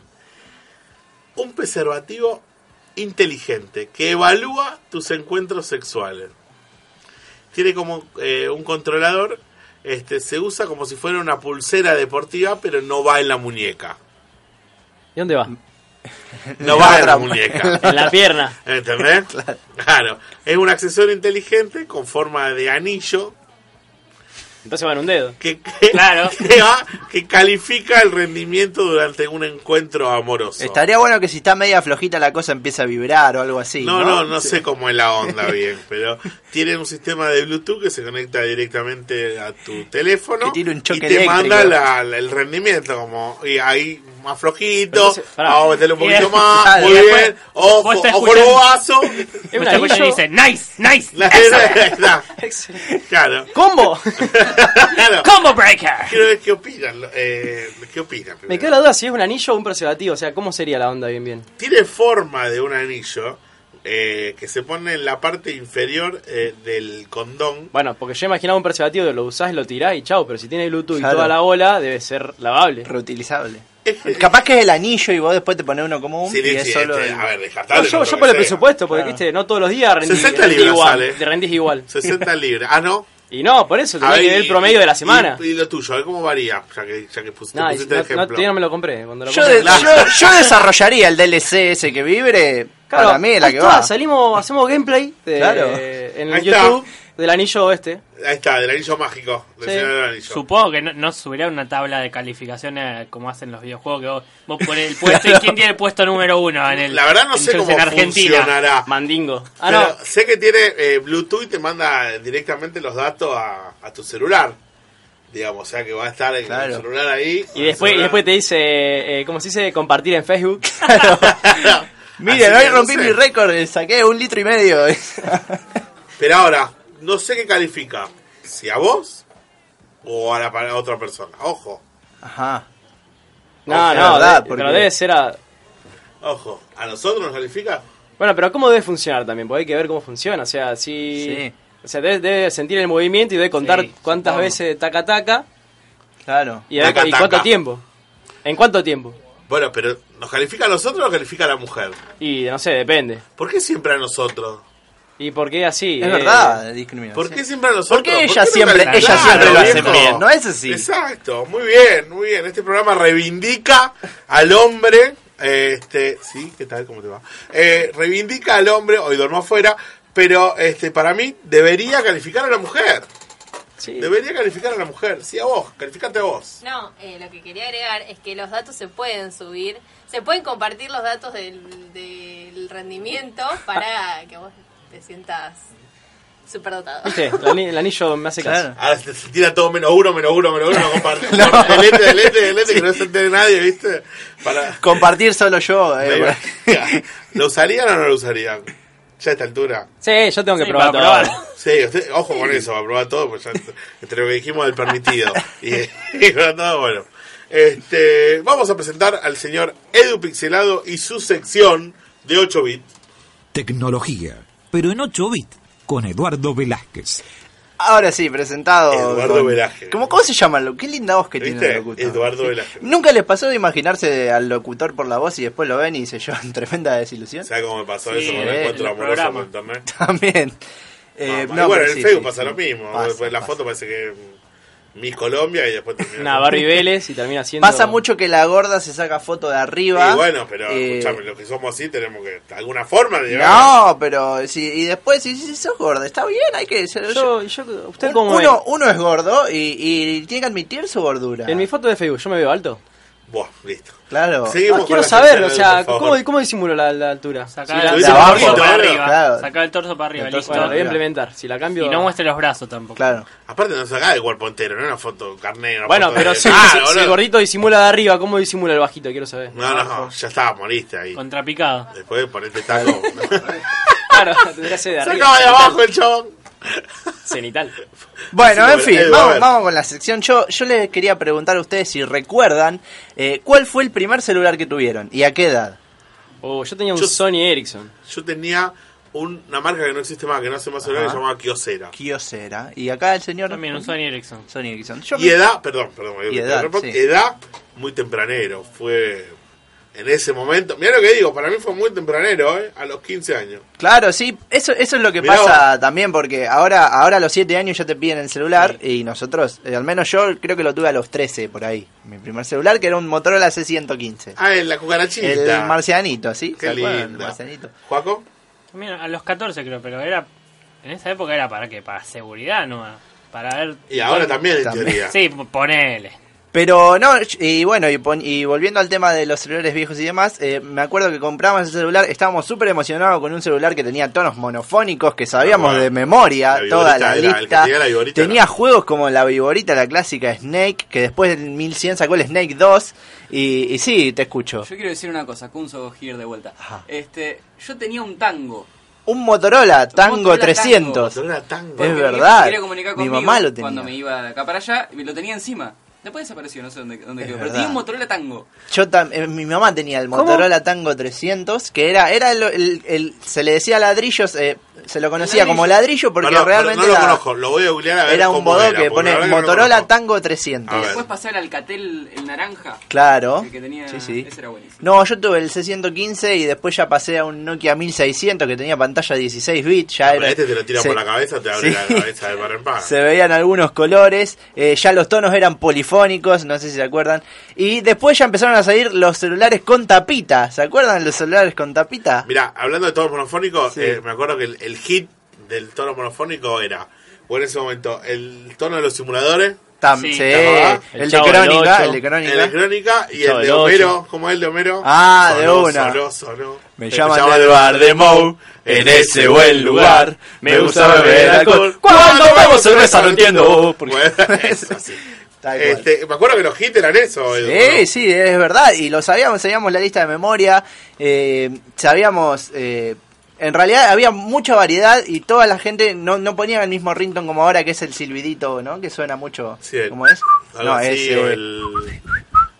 Speaker 4: Un preservativo inteligente que evalúa tus encuentros sexuales. Tiene como eh, un controlador, este, se usa como si fuera una pulsera deportiva, pero no va en la muñeca.
Speaker 7: ¿Y dónde va?
Speaker 4: No va en la muñeca.
Speaker 7: En la pierna.
Speaker 4: ¿Entendés? Claro. Es un accesorio inteligente con forma de anillo.
Speaker 7: Entonces va en un dedo.
Speaker 4: Que, que- que va- que califica el rendimiento durante un encuentro amoroso.
Speaker 14: Estaría bueno que si está media flojita la cosa empiece a vibrar o algo así.
Speaker 4: no,
Speaker 14: No,
Speaker 4: no, no, sé cómo es la onda bien, pero tiene un sistema de Bluetooth que se conecta directamente a tu teléfono
Speaker 14: tiene un choque
Speaker 4: y te
Speaker 14: eléctrico.
Speaker 4: manda la- la- el rendimiento como y ahí más flojito,
Speaker 5: Entonces, pará.
Speaker 4: vamos a meterle un
Speaker 5: Y
Speaker 4: poquito
Speaker 5: es-
Speaker 4: más,
Speaker 5: Claro,
Speaker 4: muy
Speaker 5: y después
Speaker 4: bien, ojo,
Speaker 5: vos estás
Speaker 4: ojo el
Speaker 5: escuchando-
Speaker 4: bobazo.
Speaker 5: Me está escuchando y dice, nice, nice.
Speaker 4: La-
Speaker 5: eso".
Speaker 4: la- Claro.
Speaker 7: ¿Cómo?
Speaker 4: claro.
Speaker 5: Combo breaker.
Speaker 4: Quiero ver qué opinan. lo- Eh, ¿Qué opinan?
Speaker 7: Me queda la duda si es un anillo o un preservativo, o sea, ¿cómo sería la onda bien bien?
Speaker 4: Tiene forma de un anillo eh, que se pone en la parte inferior eh, del condón.
Speaker 7: Bueno, porque yo imaginaba un preservativo, lo usás, lo tirás y chao, pero si tiene Bluetooth
Speaker 14: Claro.
Speaker 7: y toda la bola, debe ser lavable.
Speaker 14: Reutilizable. Capaz que es el anillo y vos después te pones uno como un
Speaker 7: Sí,
Speaker 14: y
Speaker 7: sí,
Speaker 14: es
Speaker 7: sí,
Speaker 14: solo
Speaker 7: este,
Speaker 14: el-
Speaker 4: a ver, descartable,
Speaker 7: yo
Speaker 4: no
Speaker 7: yo
Speaker 4: creo
Speaker 7: por el
Speaker 4: que sea.
Speaker 7: presupuesto, porque
Speaker 4: Claro.
Speaker 7: viste, no todos los días rendís,
Speaker 4: 60 libras
Speaker 7: igual,
Speaker 4: sale.
Speaker 7: te rendís igual.
Speaker 4: 60 libras. Ah, no.
Speaker 7: Y no, por eso,
Speaker 4: A
Speaker 7: tenés que
Speaker 4: ver,
Speaker 7: ver el
Speaker 4: y-
Speaker 7: promedio de la
Speaker 4: y-
Speaker 7: semana.
Speaker 4: Y, lo tuyo, a ver cómo varía, ya que, ya que pus- te
Speaker 7: No, y-
Speaker 4: pusiste
Speaker 7: no,
Speaker 4: el
Speaker 7: no,
Speaker 4: ejemplo.
Speaker 7: todavía no me lo compré. Cuando lo
Speaker 14: Yo,
Speaker 7: compré-
Speaker 14: de- yo- yo desarrollaría el DLC ese que vibre.
Speaker 7: Claro,
Speaker 14: para mí es la
Speaker 7: ahí
Speaker 14: que
Speaker 7: está,
Speaker 14: va.
Speaker 7: Salimos, hacemos gameplay de-
Speaker 14: Claro.
Speaker 7: en
Speaker 4: Ahí está.
Speaker 7: YouTube del anillo este.
Speaker 4: Ahí está, del anillo mágico. Del
Speaker 7: Sí.
Speaker 4: Señor del anillo.
Speaker 5: Supongo que no, no subirá una tabla de calificaciones eh, como hacen los videojuegos que vos, vos ponés el puesto y quién tiene el puesto número uno en el
Speaker 4: La verdad no
Speaker 5: en-
Speaker 4: sé
Speaker 5: en
Speaker 4: cómo
Speaker 5: Argentina.
Speaker 4: funcionará.
Speaker 7: Mandingo.
Speaker 4: Pero sé que tiene eh, Bluetooth y te manda directamente los datos a, a tu celular. Digamos, o sea que va a estar en el celular ahí.
Speaker 7: Y después, y después te dice, eh, ¿cómo se dice? Compartir en Facebook.
Speaker 14: Miren,
Speaker 4: Así
Speaker 14: hoy
Speaker 4: que no
Speaker 14: rompí
Speaker 4: sé.
Speaker 14: mi récord, eh, saqué un litro y medio.
Speaker 4: Pero ahora, no sé qué califica. Si a vos o a la para otra persona. Ojo,
Speaker 14: Ajá.
Speaker 7: No,
Speaker 4: Es
Speaker 7: no,
Speaker 4: verdad,
Speaker 7: de-
Speaker 4: porque-
Speaker 7: pero debe ser a...
Speaker 4: ojo. ¿A nosotros nos califica?
Speaker 7: Bueno, pero ¿cómo debe funcionar también? Porque hay que ver cómo funciona. O sea, si...
Speaker 4: Sí.
Speaker 7: O sea, debe, debe sentir el movimiento y debe contar cuántas veces taca-taca
Speaker 14: Claro.
Speaker 7: y, a ver-
Speaker 4: Taca,
Speaker 7: y
Speaker 4: taca.
Speaker 7: cuánto tiempo. ¿En cuánto tiempo?
Speaker 4: Bueno, pero ¿nos califica a nosotros o nos califica a la mujer?
Speaker 7: Y no sé, depende.
Speaker 4: ¿Por qué siempre a nosotros?
Speaker 7: ¿Y por qué así?
Speaker 14: Es
Speaker 7: Eh,
Speaker 14: verdad, discriminación.
Speaker 4: ¿Por qué siempre a nosotros?
Speaker 14: ¿Por qué ella
Speaker 4: no
Speaker 14: siempre-
Speaker 4: califica?
Speaker 14: ella siempre lo hace
Speaker 4: viejo.
Speaker 14: bien? No es así.
Speaker 4: Exacto, muy bien, muy bien. Este programa reivindica al hombre. Este, sí, ¿qué tal? ¿Cómo te va? Eh, reivindica al hombre, hoy duermo afuera, pero este para mí debería calificar a la mujer. Debería calificar a la mujer. Sí, a vos, calificate a vos.
Speaker 6: No, eh, lo que quería agregar es que los datos se pueden subir, se pueden compartir los datos del, del rendimiento para que vos te sientas superdotado.
Speaker 7: ¿Viste? El ani- el anillo me hace caso.
Speaker 4: Ahora Ah, se, se tira todo menos uno, menos uno, menos uno, lo comparte. Delete, delete, delete, que no se entere nadie, ¿viste? Para,
Speaker 14: Compartir solo yo. eh, por-
Speaker 4: ¿Lo usarían o no lo usarían? Ya a esta altura.
Speaker 7: Sí, yo tengo que
Speaker 4: Sí,
Speaker 7: probar
Speaker 4: para
Speaker 7: todo.
Speaker 4: probar. Sí, usted- ojo con eso, va a probar todo, pues ya entre lo que dijimos del permitido. Y, y todo, bueno. Este, vamos a presentar al señor Edu Pixelado y su sección de 8 bits.
Speaker 13: Tecnología, pero en 8 bits, con Eduardo Velázquez.
Speaker 14: Ahora sí, presentado.
Speaker 13: Eduardo Velázquez.
Speaker 14: Oh, Eh, ¿Cómo, ¿Cómo se llama? lo- Qué linda voz que tiene el locutor.
Speaker 4: Eduardo Velázquez.
Speaker 14: ¿Nunca les pasó de imaginarse al locutor por la voz y después lo ven y se llevan tremenda desilusión?
Speaker 4: ¿Sabes cómo me pasó
Speaker 14: Sí,
Speaker 4: eso con
Speaker 14: en
Speaker 4: el encuentro
Speaker 14: el
Speaker 4: amoroso por
Speaker 14: programa.
Speaker 4: internet?
Speaker 14: También. Eh,
Speaker 4: Ah,
Speaker 14: no,
Speaker 4: Y bueno,
Speaker 14: pero
Speaker 4: en el
Speaker 14: sí,
Speaker 4: Facebook
Speaker 14: sí,
Speaker 4: pasa
Speaker 14: sí.
Speaker 4: lo mismo.
Speaker 14: Pasa,
Speaker 4: Después la
Speaker 14: pasa.
Speaker 4: foto parece que mm, Miss Colombia y después termina.
Speaker 7: Una Barbie Vélez y termina siendo...
Speaker 14: Pasa mucho que la gorda se saca foto de arriba.
Speaker 4: Y bueno, pero
Speaker 14: eh,
Speaker 4: escúchame, los que somos así tenemos que. alguna forma de llegar.
Speaker 14: No, pero si y después si, si sos gorda, está bien, hay que ser
Speaker 7: Yo-
Speaker 14: usted
Speaker 7: cómo
Speaker 14: uno,
Speaker 7: es?
Speaker 14: uno es gordo y, y tiene que admitir su gordura.
Speaker 7: En mi foto de Facebook, ¿yo me veo alto?
Speaker 4: Buah, listo.
Speaker 14: Claro.
Speaker 7: No, Ah, quiero saber, o sea, ¿cómo, ¿cómo disimulo la, la altura?
Speaker 5: Sacá
Speaker 7: Si
Speaker 5: el,
Speaker 7: la-
Speaker 5: torso para arriba. Sacá el torso para arriba,
Speaker 7: El torso
Speaker 5: listo.
Speaker 7: para arriba. Lo voy a implementar, si la cambio-
Speaker 5: Y no muestre los brazos tampoco.
Speaker 14: Claro.
Speaker 4: Aparte, no sacaba el cuerpo entero, no era una foto carnero. una
Speaker 7: Bueno,
Speaker 4: foto
Speaker 7: pero
Speaker 4: de-
Speaker 7: si,
Speaker 4: Ah,
Speaker 7: si- si
Speaker 4: boludo.
Speaker 7: el gordito disimula de arriba, ¿cómo disimula el bajito? Quiero saber.
Speaker 4: No, no, ya estaba, moriste ahí.
Speaker 5: Contrapicado.
Speaker 4: Después ponete taco.
Speaker 7: Claro, tendría que ser de arriba.
Speaker 4: Sacaba de abajo el chabón. eh,
Speaker 15: Cenital.
Speaker 7: Bueno,
Speaker 15: Sí,
Speaker 7: en
Speaker 15: pero,
Speaker 7: fin,
Speaker 15: Edu, a
Speaker 7: vamos,
Speaker 15: ver.
Speaker 7: vamos con la sección. Yo, yo les quería preguntar a ustedes si recuerdan eh, cuál fue el primer celular que tuvieron y a qué edad.
Speaker 15: Oh, yo tenía un
Speaker 4: Yo-
Speaker 15: Sony Ericsson.
Speaker 4: Yo tenía una marca que no existe más, que no hace más celular, que se llamaba Kiosera.
Speaker 7: Kiosera. Y acá el señor.
Speaker 5: También un Sony Ericsson.
Speaker 7: Sony Ericsson.
Speaker 4: Y edad, perdón, perdón.
Speaker 7: Y
Speaker 4: me
Speaker 7: edad,
Speaker 4: interrumpo.
Speaker 7: sí.
Speaker 4: edad muy tempranero. Fue en ese momento. Mira lo que digo, para mí fue muy tempranero, ¿eh? A los 15 años.
Speaker 7: Claro, sí, eso, eso es lo que
Speaker 4: Mirá
Speaker 7: pasa también, porque ahora, ahora a los 7 años ya te piden el celular y nosotros, eh, al menos yo creo que lo tuve a los 13 por ahí. Mi primer celular que era un Motorola C115.
Speaker 4: Ah, en la cucarachita.
Speaker 7: El marcianito, ¿sí?
Speaker 4: Qué
Speaker 7: ¿Se acuerdan? El
Speaker 4: linda.
Speaker 7: marcianito.
Speaker 4: ¿Juaco?
Speaker 5: También a los 14 creo, pero era... En esa época era para qué? Para seguridad, ¿no? Para ver...
Speaker 4: Y ahora también, en teoría.
Speaker 5: Sí, ponele.
Speaker 7: Pero no, y bueno, y, pon- y volviendo al tema de los celulares viejos y demás, eh, me acuerdo que compramos el celular, estábamos súper emocionados con un celular que tenía tonos monofónicos que sabíamos de memoria,
Speaker 4: Ah, La
Speaker 7: toda la
Speaker 4: viborita era, el que
Speaker 7: lista.
Speaker 4: tenía la viborita
Speaker 7: tenía juegos como la viborita, la clásica Snake, que después del 1100 sacó el Snake 2, y, y sí, te escucho.
Speaker 6: Yo quiero decir una cosa, Kunzo Gir de vuelta. Este, yo tenía un tango.
Speaker 7: Un Motorola Tango
Speaker 6: Motorola
Speaker 7: 300.
Speaker 6: Tango. Porque
Speaker 7: Es
Speaker 6: mi viejo
Speaker 7: verdad.
Speaker 6: quería comunicar
Speaker 7: Mi
Speaker 6: conmigo
Speaker 7: mamá lo tenía.
Speaker 6: Cuando me iba de acá para allá, me lo tenía encima. Después desapareció, no sé dónde, dónde
Speaker 7: Es
Speaker 6: quedó. Pero
Speaker 7: verdad.
Speaker 6: tenía un Motorola Tango.
Speaker 7: Yo tam- eh, mi mamá tenía el
Speaker 6: ¿Cómo?
Speaker 7: Motorola Tango 300, que era, era el, el- el- se le decía ladrillos, eh, se lo conocía
Speaker 4: Ladrillo.
Speaker 7: como ladrillo porque
Speaker 4: Perdón, pero
Speaker 7: realmente
Speaker 4: no lo
Speaker 7: era,
Speaker 4: conozco, lo voy a googlear a ver
Speaker 7: era un
Speaker 4: cómo
Speaker 7: bodoque,
Speaker 4: era, porque la
Speaker 7: pone
Speaker 4: verdad que no lo
Speaker 7: Motorola
Speaker 4: conozco. Ah.
Speaker 7: Tango 300.
Speaker 4: A ver.
Speaker 6: Después pasé al Alcatel, el naranja.
Speaker 7: Claro.
Speaker 6: El que tenía.
Speaker 7: Sí, sí.
Speaker 6: Ese era buenísimo.
Speaker 7: No, yo tuve el C115 y después ya pasé a un Nokia 1600 que tenía pantalla 16 bits, ya
Speaker 4: Pero
Speaker 7: era...
Speaker 4: este te lo tira
Speaker 7: se-
Speaker 4: por la cabeza, te abre
Speaker 7: Sí.
Speaker 4: la cabeza de par en par.
Speaker 7: Se veían algunos colores, eh, ya los tonos eran polifónicos, no sé si se acuerdan. Y después ya empezaron a salir los celulares con tapita, ¿se acuerdan los celulares con tapita?
Speaker 4: Mirá, hablando de tono monofónico,
Speaker 7: Sí.
Speaker 4: eh, me acuerdo que el, el hit del tono monofónico era, o en ese momento, el tono de los simuladores.
Speaker 7: Tam- Sí. sí. Eh, El El de Chavo del Crónica, Ocho. el de Crónica.
Speaker 4: El de Crónica y
Speaker 7: El Chavo
Speaker 4: el de
Speaker 7: del Ocho.
Speaker 4: Homero, ¿cómo es el de Homero?
Speaker 7: Ah, de
Speaker 4: Sonó,
Speaker 7: una.
Speaker 4: sonó, sonó.
Speaker 7: Me
Speaker 4: Eh,
Speaker 7: llaman
Speaker 4: llama
Speaker 7: del bar de Mou, en ese buen lugar. Me gusta beber alcohol. Cuando bebo cerveza no entiendo. Oh,
Speaker 4: Bueno, eso, sí. Este, me acuerdo que los hits eran eso. Edu, ¿no?
Speaker 7: Sí, sí, es verdad. Y lo sabíamos, sabíamos la lista de memoria, eh, sabíamos... eh, en realidad había mucha variedad y toda la gente no, no ponía el mismo rington como ahora, que es el silbidito, ¿no? Que suena mucho.
Speaker 4: Sí, el-
Speaker 7: ¿Cómo es?
Speaker 4: Algo
Speaker 7: No,
Speaker 4: así,
Speaker 7: es,
Speaker 4: o
Speaker 7: eh,
Speaker 4: el...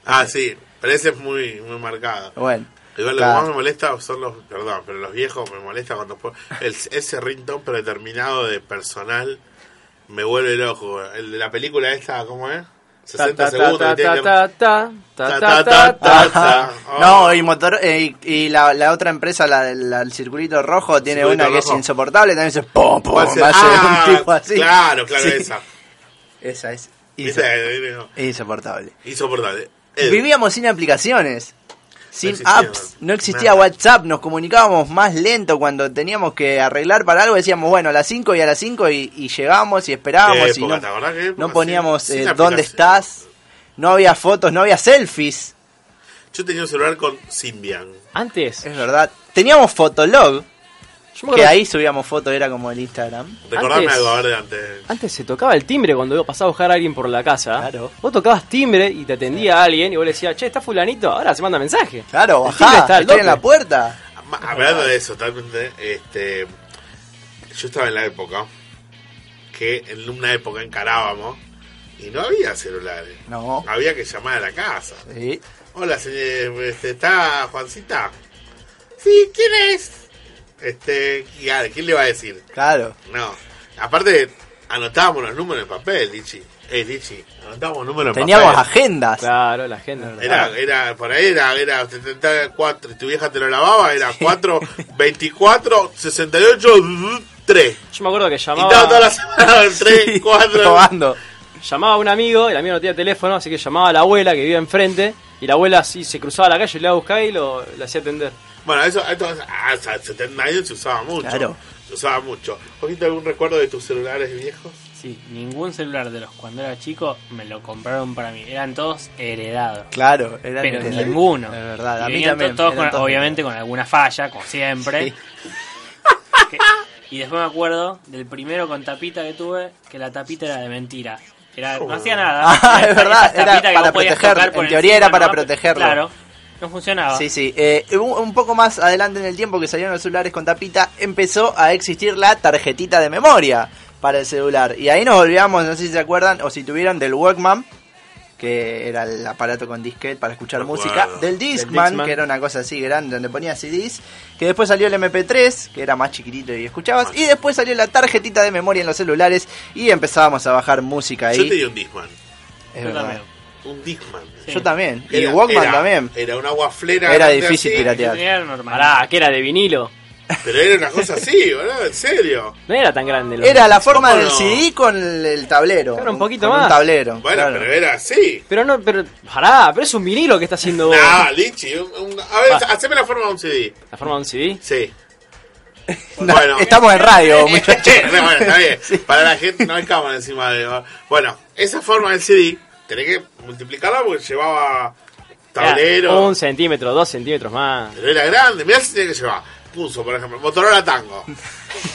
Speaker 4: Ah, sí, pero ese es muy, muy marcado.
Speaker 7: Bueno.
Speaker 4: Igual lo que
Speaker 7: Claro.
Speaker 4: más me molesta son los, perdón, pero los viejos me molesta cuando pon- el, ese ringtone predeterminado de personal me vuelve loco. El de la película esta, ¿cómo es? 60
Speaker 15: Ta, ta,
Speaker 4: segundos.
Speaker 15: ta,
Speaker 4: que tiene
Speaker 15: ta,
Speaker 4: que-
Speaker 15: ta, ta, ta, ta, ta, ta,
Speaker 7: Ajá.
Speaker 4: Oh.
Speaker 7: No, y, motor, eh, y y la, la otra empresa, la, la- el circulito rojo, tiene
Speaker 4: Circulito
Speaker 7: una que
Speaker 4: rojo.
Speaker 7: es insoportable, también se pum, pum,
Speaker 4: ¿Cuál
Speaker 7: hace
Speaker 4: será? Ah,
Speaker 7: un tipo así.
Speaker 4: Claro, claro,
Speaker 7: Sí.
Speaker 4: esa.
Speaker 7: Esa es
Speaker 4: Esa es, no.
Speaker 7: insoportable.
Speaker 4: Insoportable. Edu.
Speaker 7: Vivíamos sin aplicaciones, sin
Speaker 4: existía
Speaker 7: apps, no existía
Speaker 4: nada.
Speaker 7: WhatsApp, nos comunicábamos más lento cuando teníamos que arreglar para algo, decíamos, bueno, a las 5 y a las 5 y, y llegábamos y
Speaker 4: Qué
Speaker 7: esperábamos y
Speaker 4: época,
Speaker 7: no,
Speaker 4: ¿te acordás qué época?
Speaker 7: no poníamos
Speaker 4: Sin- sin
Speaker 7: eh, dónde
Speaker 4: aplicaciones.
Speaker 7: estás, no había fotos, no había selfies.
Speaker 4: Yo tenía un celular con Symbian.
Speaker 15: Antes.
Speaker 7: Es verdad. Teníamos Fotolog,
Speaker 15: me
Speaker 7: que
Speaker 15: acuerdo-
Speaker 7: ahí subíamos fotos, era como el Instagram.
Speaker 4: Recordame
Speaker 15: Antes-
Speaker 4: algo, a ver, de antes.
Speaker 15: Antes se tocaba el timbre cuando pasaba a buscar a alguien por la casa.
Speaker 7: Claro.
Speaker 15: Vos tocabas timbre y te atendía a alguien y vos le decías, che, está fulanito, ahora se manda mensaje.
Speaker 7: Claro,
Speaker 15: El timbre
Speaker 7: bajá,
Speaker 15: está al
Speaker 7: estoy en
Speaker 15: tope.
Speaker 7: la puerta.
Speaker 4: Ma- Hablando de eso, totalmente, este, yo estaba en la época que en una época encarábamos y no había celulares.
Speaker 7: No.
Speaker 4: Había que llamar a la casa.
Speaker 7: Sí.
Speaker 4: Hola, señor, este, ¿está Juancita? Sí, ¿quién es? Este, y a- ¿quién le va a decir?
Speaker 7: Claro.
Speaker 4: No. Aparte, anotábamos los números en papel, Lichi. Eh, Lichi, anotábamos los números en
Speaker 7: Teníamos
Speaker 4: papel.
Speaker 7: agendas.
Speaker 15: Claro, la agenda.
Speaker 4: Era, era, por ahí era, era 74, y tu vieja te lo lavaba, era 4, 24, 68, 3.
Speaker 15: Yo me acuerdo que
Speaker 4: Y estaba toda la
Speaker 15: llamaba,
Speaker 4: semana, 3, 4.
Speaker 7: Probando.
Speaker 15: llamaba a un amigo, el amigo no tenía teléfono, así que llamaba a la abuela que vivía enfrente y la abuela así se cruzaba la calle y le iba a buscar y lo, lo hacía atender.
Speaker 4: Bueno, eso, esto ah, hasta 70 años se usaba mucho.
Speaker 7: Claro.
Speaker 4: Se usaba mucho. ¿Poquito algún recuerdo de tus celulares viejos?
Speaker 5: Sí, ningún celular de los cuando era chico me lo compraron para mí. Eran todos heredados.
Speaker 7: Claro, eran
Speaker 5: pero
Speaker 7: heredados.
Speaker 5: ninguno.
Speaker 7: Es verdad,
Speaker 5: Y
Speaker 7: a mí
Speaker 5: venían
Speaker 7: también,
Speaker 5: todos con-
Speaker 7: eran todos
Speaker 5: obviamente con alguna falla, como siempre. Que- y después me acuerdo del primero con tapita que tuve, que la tapita era de mentira. Era, no hacía nada.
Speaker 7: Ah,
Speaker 5: Era
Speaker 7: es verdad,
Speaker 5: esta- esta
Speaker 7: era
Speaker 5: tapita que
Speaker 7: para
Speaker 5: vos podías
Speaker 7: proteger,
Speaker 5: tocar por
Speaker 7: en teoría era
Speaker 5: encima,
Speaker 7: para
Speaker 5: ¿no? Pero,
Speaker 7: protegerlo.
Speaker 5: Claro, no funcionaba.
Speaker 7: Sí, sí. Eh, un, un poco más adelante en el tiempo que salieron los celulares con tapita, empezó a existir la tarjetita de memoria. para el celular. Y ahí nos olvidamos, no sé si se acuerdan, o si tuvieron del Walkman, que era el aparato con disquete para escuchar
Speaker 4: Me
Speaker 7: música,
Speaker 4: acuerdo.
Speaker 7: del
Speaker 4: Del
Speaker 7: Discman,
Speaker 4: Discman.
Speaker 7: que era una cosa así grande donde ponía CDs, que después salió el MP3, que era más chiquitito y escuchabas, y después salió la tarjetita de memoria en los celulares y empezábamos a bajar música ahí.
Speaker 4: Yo tenía un Discman.
Speaker 7: Es Yo verdad. también.
Speaker 4: Un Discman.
Speaker 7: Yo también. Y Walkman
Speaker 4: era-
Speaker 7: también.
Speaker 4: Era una guaflera.
Speaker 7: Era
Speaker 4: grande
Speaker 7: difícil
Speaker 4: así.
Speaker 7: piratear. Era
Speaker 1: Pará, que era de vinilo.
Speaker 4: Pero era una cosa así, boludo, en serio.
Speaker 1: No era tan grande. lo
Speaker 7: Era
Speaker 1: que-
Speaker 7: la forma
Speaker 1: ¿Cómo
Speaker 7: del
Speaker 1: no?
Speaker 7: CD con el, el tablero.
Speaker 1: Era un poquito
Speaker 7: con
Speaker 1: más.
Speaker 7: Un tablero.
Speaker 4: Bueno,
Speaker 7: claro.
Speaker 4: pero era así.
Speaker 1: Pero no, pero. Pará, pero es un vinilo que está haciendo vos.
Speaker 4: Ah, Lichi. un- un- a ver,
Speaker 1: Va.
Speaker 4: haceme la forma de un CD.
Speaker 1: ¿La forma de un CD?
Speaker 4: Sí.
Speaker 7: No, estamos en radio, muchachos.
Speaker 4: No, bueno, está bien. Para la gente no hay cámara encima de. Bueno, esa forma del CD, tenés que multiplicarla porque
Speaker 1: Era
Speaker 4: llevaba tablero.
Speaker 1: Un centímetro, dos centímetros más.
Speaker 4: Pero era grande. Mirá si tenía que llevar. Puso, por ejemplo, Motorola Tango.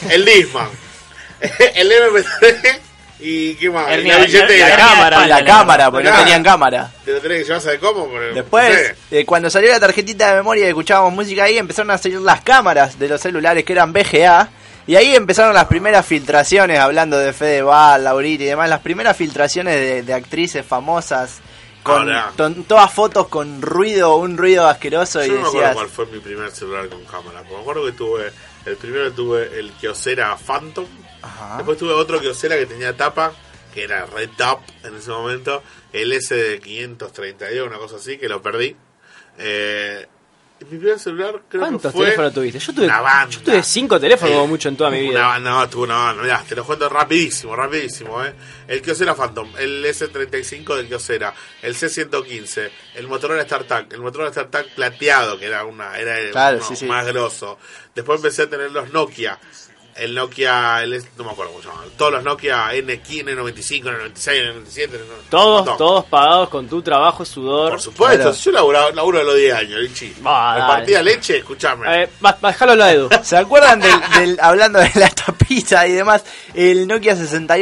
Speaker 4: El Disman. El MP3. ¿Y qué más?
Speaker 7: El-
Speaker 4: Y la
Speaker 7: la-
Speaker 4: billetera.
Speaker 7: la cámara, Y la la cámara, porque no
Speaker 4: Claro.
Speaker 7: tenían cámara.
Speaker 4: Te lo tenés que llevar, ¿sabes cómo? Porque-
Speaker 7: Después, eh, cuando salió la tarjetita de memoria y escuchábamos música ahí, empezaron a salir las cámaras de los celulares que eran VGA. Y ahí empezaron las primeras filtraciones, hablando de Fedeval, Laurita y demás, las primeras filtraciones de, de actrices famosas. Con,
Speaker 4: Ahora.
Speaker 7: con todas fotos con ruido, un ruido asqueroso. y
Speaker 4: Yo no me acuerdo
Speaker 7: decías,
Speaker 4: cuál fue mi primer celular con cámara. porque Me acuerdo que tuve. El primero tuve el Kyocera Phantom. Después tuve otro Kyocera que tenía tapa. Que era Red Top en ese momento. El S532, una cosa así, que lo perdí. Eh, y mi primer celular creo que
Speaker 1: ¿Cuántos
Speaker 4: fue.
Speaker 1: teléfonos tuviste? Yo tuve,
Speaker 4: una banda.
Speaker 1: yo tuve cinco teléfonos
Speaker 4: Sí.
Speaker 1: como mucho en toda mi
Speaker 4: Tuve
Speaker 1: vida.
Speaker 4: Una banda, Ah, no, tuve una banda. Mirá, te lo cuento rapidísimo, rapidísimo, eh. El Kyocera Phantom, el S35 del Kyocera, el C115, el Motorola StarTAC, el Motorola StarTAC plateado, que era una era el-
Speaker 7: Claro,
Speaker 4: uno
Speaker 7: sí, sí.
Speaker 4: más grosso. Después empecé a tener los Nokia. El Nokia, el, S- no me acuerdo cómo se llamaban. Todos los Nokia N15, N95, N96, N97. N-
Speaker 1: Todos,
Speaker 4: montón.
Speaker 1: todos pagados con tu trabajo, sudor. Por
Speaker 4: Bueno, entonces, yo laburaba, laburo de los 10 años, el chi.
Speaker 1: Va,
Speaker 4: Me
Speaker 1: dale. Eh,
Speaker 4: partía leche, escuchame.
Speaker 1: Bájalo la Edu.
Speaker 7: ¿Se acuerdan del, del- hablando de la tapita y demás? El Nokia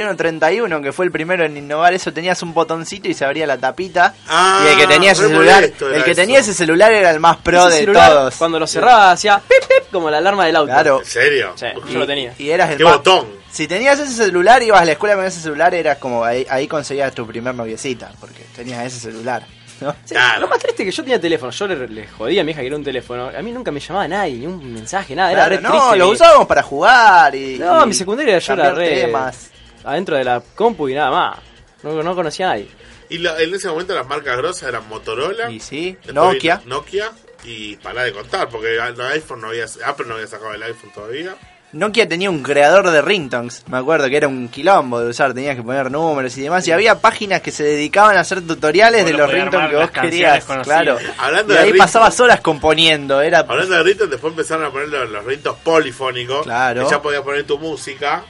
Speaker 7: 6131, que fue el primero en innovar eso, tenías un botoncito y se abría la tapita.
Speaker 4: Ah,
Speaker 7: y el que tenía ese
Speaker 4: re
Speaker 7: celular,
Speaker 4: molesto era
Speaker 7: el que
Speaker 4: eso.
Speaker 7: tenía ese celular era el más pro
Speaker 1: Ese
Speaker 7: de
Speaker 1: celular,
Speaker 7: todos.
Speaker 1: Cuando lo cerraba hacía pip pip como la alarma del auto.
Speaker 7: Claro.
Speaker 4: ¿En serio?
Speaker 1: Sí, yo lo tenía.
Speaker 7: Y eras el
Speaker 1: Qué
Speaker 7: más-
Speaker 1: botón.
Speaker 7: Si tenías ese celular, ibas a la escuela con ese celular, eras como ahí, ahí conseguías tu primer noviecita, porque tenías ese celular. ¿no?
Speaker 1: Sí, Lo más triste es que yo tenía teléfono. Yo le, le jodía a mi hija que era un teléfono. A mí nunca me llamaba nadie, ni un mensaje, nada.
Speaker 7: Claro,
Speaker 1: era re
Speaker 7: no,
Speaker 1: triste.
Speaker 7: lo
Speaker 1: mi-
Speaker 7: usábamos para jugar y.
Speaker 1: No,
Speaker 7: y
Speaker 1: mi secundaria yo era
Speaker 7: cambiar
Speaker 1: re.
Speaker 7: temas.
Speaker 1: Adentro de la compu y nada más. No, no conocía a nadie.
Speaker 4: Y lo- en ese momento las marcas grosas eran Motorola, después
Speaker 1: Nokia.
Speaker 4: vino Nokia y para de contar, porque el iPhone no había, Apple no había sacado el iPhone todavía.
Speaker 7: Nokia tenía un creador de ringtones, me acuerdo que era un quilombo de usar, tenías que poner números y demás, y había páginas que se dedicaban a hacer tutoriales de
Speaker 4: Bueno,
Speaker 7: los
Speaker 4: podía
Speaker 7: ringtones
Speaker 4: armar
Speaker 7: que vos
Speaker 4: las canciones
Speaker 7: querías,
Speaker 4: conocidas.
Speaker 7: claro.
Speaker 4: Hablando
Speaker 7: y
Speaker 4: de
Speaker 7: ahí
Speaker 4: ringtone-
Speaker 7: pasabas horas componiendo, era
Speaker 4: Hablando de ritmos, después empezaron a poner los, los ritmos polifónicos,
Speaker 7: Claro.
Speaker 4: que ya podías poner tu música.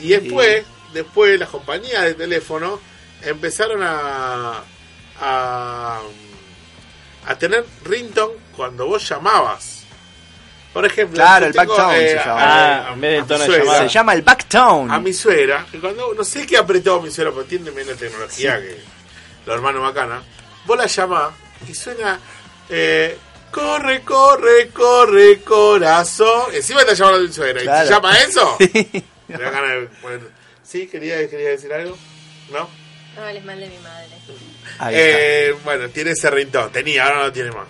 Speaker 4: Y después, después las compañías de teléfono empezaron a, a, a tener ringtone cuando vos llamabas. Por ejemplo,
Speaker 7: Claro,
Speaker 4: yo
Speaker 7: el
Speaker 4: tengo,
Speaker 7: backtone
Speaker 4: eh,
Speaker 7: se llama.
Speaker 4: a- a- a mi suegra.
Speaker 7: Se llama el backtone.
Speaker 6: Ah,
Speaker 4: a mi suegra, que cuando no sé qué apretó mi suegra, pero entiéndeme la tecnología
Speaker 7: Sí.
Speaker 4: que los hermanos bacana, vos la llamás y suena eh, corre, corre, corre, corazón. Encima está llamando a mi suegra, ¿y
Speaker 7: Claro.
Speaker 4: se llama eso?
Speaker 7: Sí.
Speaker 4: Me da ganas de poner- Sí, quería, quería decir algo. ¿No?
Speaker 6: No les mal de mi madre.
Speaker 7: Ahí
Speaker 4: Eh, bueno, tiene ese rintón, tenía, ahora no tiene más.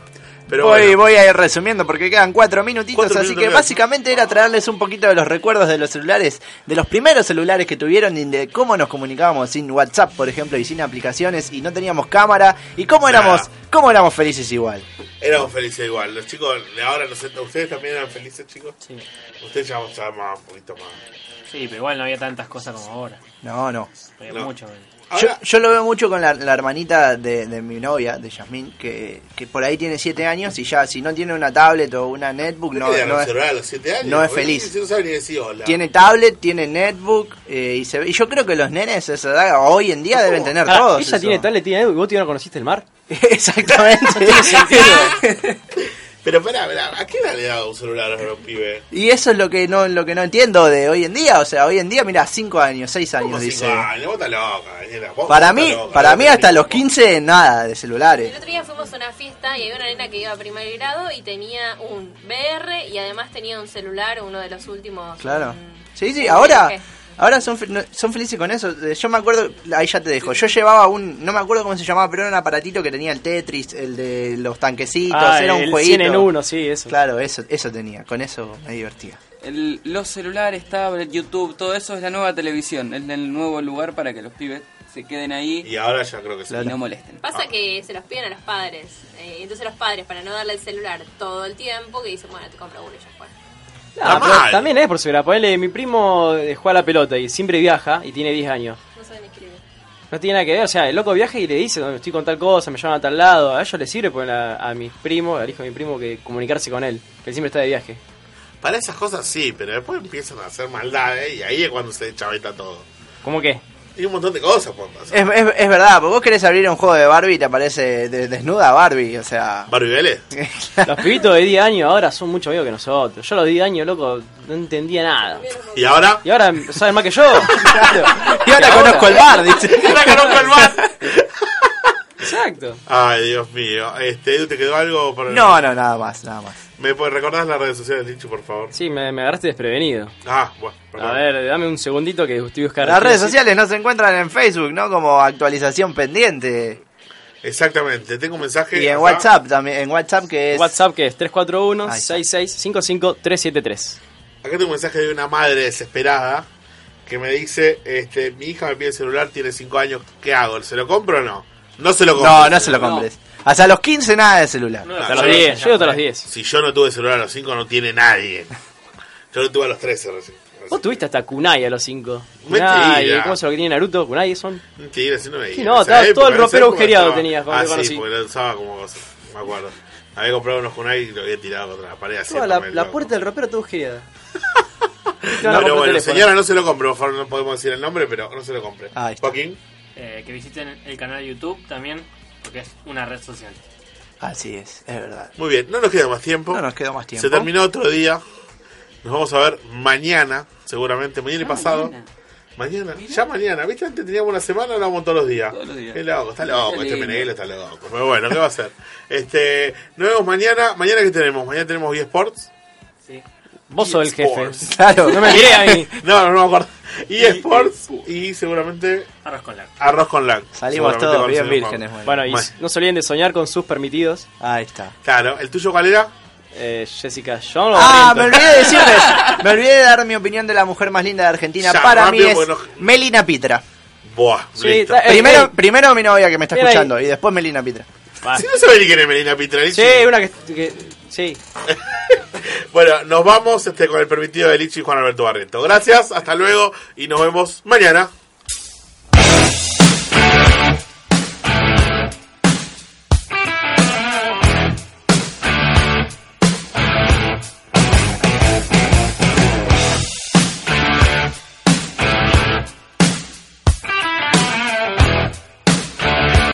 Speaker 4: Pero
Speaker 7: voy,
Speaker 4: bueno.
Speaker 7: voy a ir resumiendo porque quedan cuatro minutitos,
Speaker 4: Cuatro
Speaker 7: así
Speaker 4: minutos
Speaker 7: que
Speaker 4: quedan.
Speaker 7: básicamente era traerles un poquito de los recuerdos de los celulares, de los primeros celulares que tuvieron y de cómo nos comunicábamos sin WhatsApp, por ejemplo, y sin aplicaciones y no teníamos cámara y cómo éramos, cómo éramos felices igual.
Speaker 4: Éramos felices igual. Los chicos de ahora, no sé, ¿ustedes también eran felices, chicos? Sí. Ustedes ya llamaban un poquito más.
Speaker 5: Sí, pero igual no había tantas cosas como ahora.
Speaker 7: No, no.
Speaker 5: Había
Speaker 4: No.
Speaker 5: mucho. eh.
Speaker 7: Yo, yo lo veo mucho con la, la hermanita de, de mi novia, de Yasmín, que, que por ahí tiene 7 años y ya si no tiene una tablet o una netbook no,
Speaker 4: No, no,
Speaker 7: no es,
Speaker 4: celular a los 7 años.
Speaker 7: no es
Speaker 4: boludo,
Speaker 7: feliz.
Speaker 4: No sabe ni decir hola.
Speaker 7: Tiene tablet, tiene netbook eh, y, se ve- y yo creo que los nenes de esa edad hoy en día deben tener
Speaker 1: Ahora,
Speaker 7: todos.
Speaker 1: Ella
Speaker 7: eso.
Speaker 1: tiene tablet, tiene Edu y vos todavía no conociste el mar.
Speaker 7: Exactamente.
Speaker 4: Pero pará, pará, ¿a qué edad le daba un celular a los pibes?
Speaker 7: y eso es lo que no lo que no entiendo de hoy en día, o sea, hoy en día mira, 5 años, 6 años
Speaker 4: Como
Speaker 7: dice.
Speaker 4: cinco años, vos estás loca, nena, vos
Speaker 7: Para
Speaker 4: estás
Speaker 7: mí,
Speaker 4: loca,
Speaker 7: para
Speaker 4: vos
Speaker 7: mí
Speaker 4: estás
Speaker 7: hasta
Speaker 4: loca.
Speaker 7: los 15 nada de celulares.
Speaker 6: El otro día fuimos a una fiesta y había una nena que iba a primer grado y tenía un VR y además tenía un celular, uno de los últimos.
Speaker 7: Claro. Sí, sí,
Speaker 6: Sí,
Speaker 7: ahora
Speaker 6: ¿qué?
Speaker 14: Ahora son, fe- no- son felices con eso. Eh, Yo me acuerdo, ahí ya te dejo. Yo llevaba un, no me acuerdo cómo se llamaba, pero era un aparatito que tenía el Tetris, el de los tanquecitos,
Speaker 7: Ah,
Speaker 14: era un
Speaker 7: el
Speaker 14: jueguito.
Speaker 7: 100 en uno, sí, eso.
Speaker 14: Claro, eso, eso tenía, con eso me divertía.
Speaker 16: El- los celulares, tablets, YouTube, todo eso es la nueva televisión. Es el nuevo lugar para que los pibes se queden ahí.
Speaker 4: Y ahora ya creo que sí.
Speaker 16: Y no molesten.
Speaker 6: Pasa que se los piden a los padres. eh, entonces los padres, para no darle el celular todo el tiempo, que dicen, bueno, te compro uno y ya fue.
Speaker 7: Ah, pero también es por seguridad. Ponele, mi primo eh, juega a la pelota y siempre viaja y tiene 10 años.
Speaker 6: No saben escribir.
Speaker 7: No tiene nada que ver, o sea, el loco viaja y le dice, "No, estoy con tal cosa, me llaman a tal lado. A ellos les sirve poner a, a mis primos, al hijo de mi primo, que comunicarse con él, que él siempre está de viaje.
Speaker 4: Para esas cosas sí, pero después empiezan a hacer maldades y ahí es cuando se chaveta todo.
Speaker 7: ¿Cómo qué?
Speaker 4: Y un montón de cosas pues, pueden pasar.
Speaker 14: Es, es, es verdad, porque vos querés abrir un juego de Barbie y te aparece de- desnuda Barbie, o sea...
Speaker 4: ¿Barbie Vélez?
Speaker 7: Los pibitos de 10 años ahora son mucho amigos que nosotros. Yo a los 10 años, loco, no entendía nada.
Speaker 4: ¿Y ahora?
Speaker 7: Y ahora saben más que yo.
Speaker 14: Y ahora conozco el bar, dice.
Speaker 4: ahora conozco el bar.
Speaker 7: Exacto.
Speaker 4: Ay, Dios mío. Este, Edu, ¿te quedó algo? Para...
Speaker 14: No, no, nada más, nada más.
Speaker 4: ¿Me puedes recordar las redes sociales, Lichu, por favor?
Speaker 7: Sí, me, me agarraste desprevenido.
Speaker 4: Ah, bueno,
Speaker 7: A ver, dame un segundito que estoy buscando.
Speaker 14: Las redes sociales no se encuentran en Facebook, ¿no? Como actualización pendiente.
Speaker 4: Exactamente, tengo un mensaje.
Speaker 14: Y en
Speaker 4: acá.
Speaker 14: WhatsApp también, en WhatsApp que es...
Speaker 7: WhatsApp que es 341-6655-373.
Speaker 4: Acá tengo un mensaje de una madre desesperada que me dice, este, mi hija me pide el celular, tiene 5 años, ¿qué hago? ¿Se lo compro o no? No se lo compro.
Speaker 14: No, no se lo compres. Hasta los 15 nada de celular.
Speaker 4: Hasta los 10, yo digo hasta los 10. Si yo no tuve celular a los 5, no tiene nadie. Yo lo tuve a los 13 recién.
Speaker 7: Vos tuviste hasta Kunai a los 5.
Speaker 4: Pues Mentira.
Speaker 7: Kunai, ¿cómo es lo que tiene Naruto? Kunai son.
Speaker 4: Mentira, si no me
Speaker 7: Sí,
Speaker 4: digas.
Speaker 7: no,
Speaker 4: En esa
Speaker 7: estaba todo el
Speaker 4: en esa
Speaker 7: ropero
Speaker 4: época
Speaker 7: agujereado
Speaker 4: estaba-
Speaker 7: tenías cuando
Speaker 4: Ah,
Speaker 7: te
Speaker 4: sí,
Speaker 7: conocí.
Speaker 4: porque lo usaba como cosa, me acuerdo. Había comprado unos kunai y lo había tirado contra la pared así.
Speaker 7: Toda la,
Speaker 4: para el
Speaker 7: la
Speaker 4: loco.
Speaker 7: puerta del ropero todo girada.
Speaker 4: No, pero bueno,
Speaker 7: teléfono.
Speaker 4: señora, no se lo compre, por favor, no podemos decir el nombre, pero no se lo compre. Joaquín.
Speaker 5: Eh, que visiten el canal de YouTube también, porque es una red social.
Speaker 14: Así es, es verdad.
Speaker 4: Muy bien, no nos queda más tiempo.
Speaker 14: No nos queda más tiempo.
Speaker 4: Se terminó otro día. Nos vamos a ver mañana, seguramente, mañana y pasado. Ah, Mañana. ya mañana, ¿viste? Antes teníamos una semana, ahora vamos todos los días. Todos los días. Qué loco, está loco,
Speaker 7: Qué
Speaker 4: este
Speaker 7: lindo.
Speaker 4: Meneguelo está loco. Pero bueno, ¿qué va a hacer? Este, nos vemos mañana. ¿Mañana qué tenemos? Mañana tenemos E eSports.
Speaker 5: Sí.
Speaker 7: Vos sos el jefe.
Speaker 4: Sports.
Speaker 7: Claro, no me miré a mí.
Speaker 4: no, no, no me acuerdo. eSports y seguramente
Speaker 5: Arroz con lag.
Speaker 4: Arroz con lag.
Speaker 7: Salimos
Speaker 4: Seguramente
Speaker 7: todos
Speaker 4: con el
Speaker 7: bien
Speaker 4: señor
Speaker 7: vírgenes.
Speaker 4: Juan.
Speaker 7: Bueno, y s- no se olviden de soñar con sus permitidos.
Speaker 14: Ahí está.
Speaker 4: Claro, ¿el tuyo cuál era?
Speaker 7: Eh, Jessica John.
Speaker 14: Ah, me olvidé de decirles. Me olvidé de dar mi opinión de la mujer más linda de Argentina.
Speaker 7: Ya,
Speaker 14: Para
Speaker 7: rápido,
Speaker 14: mí es
Speaker 7: porque
Speaker 14: Melina Pitra.
Speaker 4: Buah,
Speaker 7: Sí, listo. está- eh,
Speaker 14: primero,
Speaker 7: eh.
Speaker 14: primero mi novia que me está
Speaker 7: Mira ahí.
Speaker 14: escuchando y después Melina Pitra.
Speaker 4: Si no sabe ni quién es Melina Pitra.
Speaker 7: Sí, una que. que- sí.
Speaker 4: Bueno, nos vamos este, con el permitido de Lichi y Juan Alberto Barreto. Gracias, hasta luego y nos vemos mañana.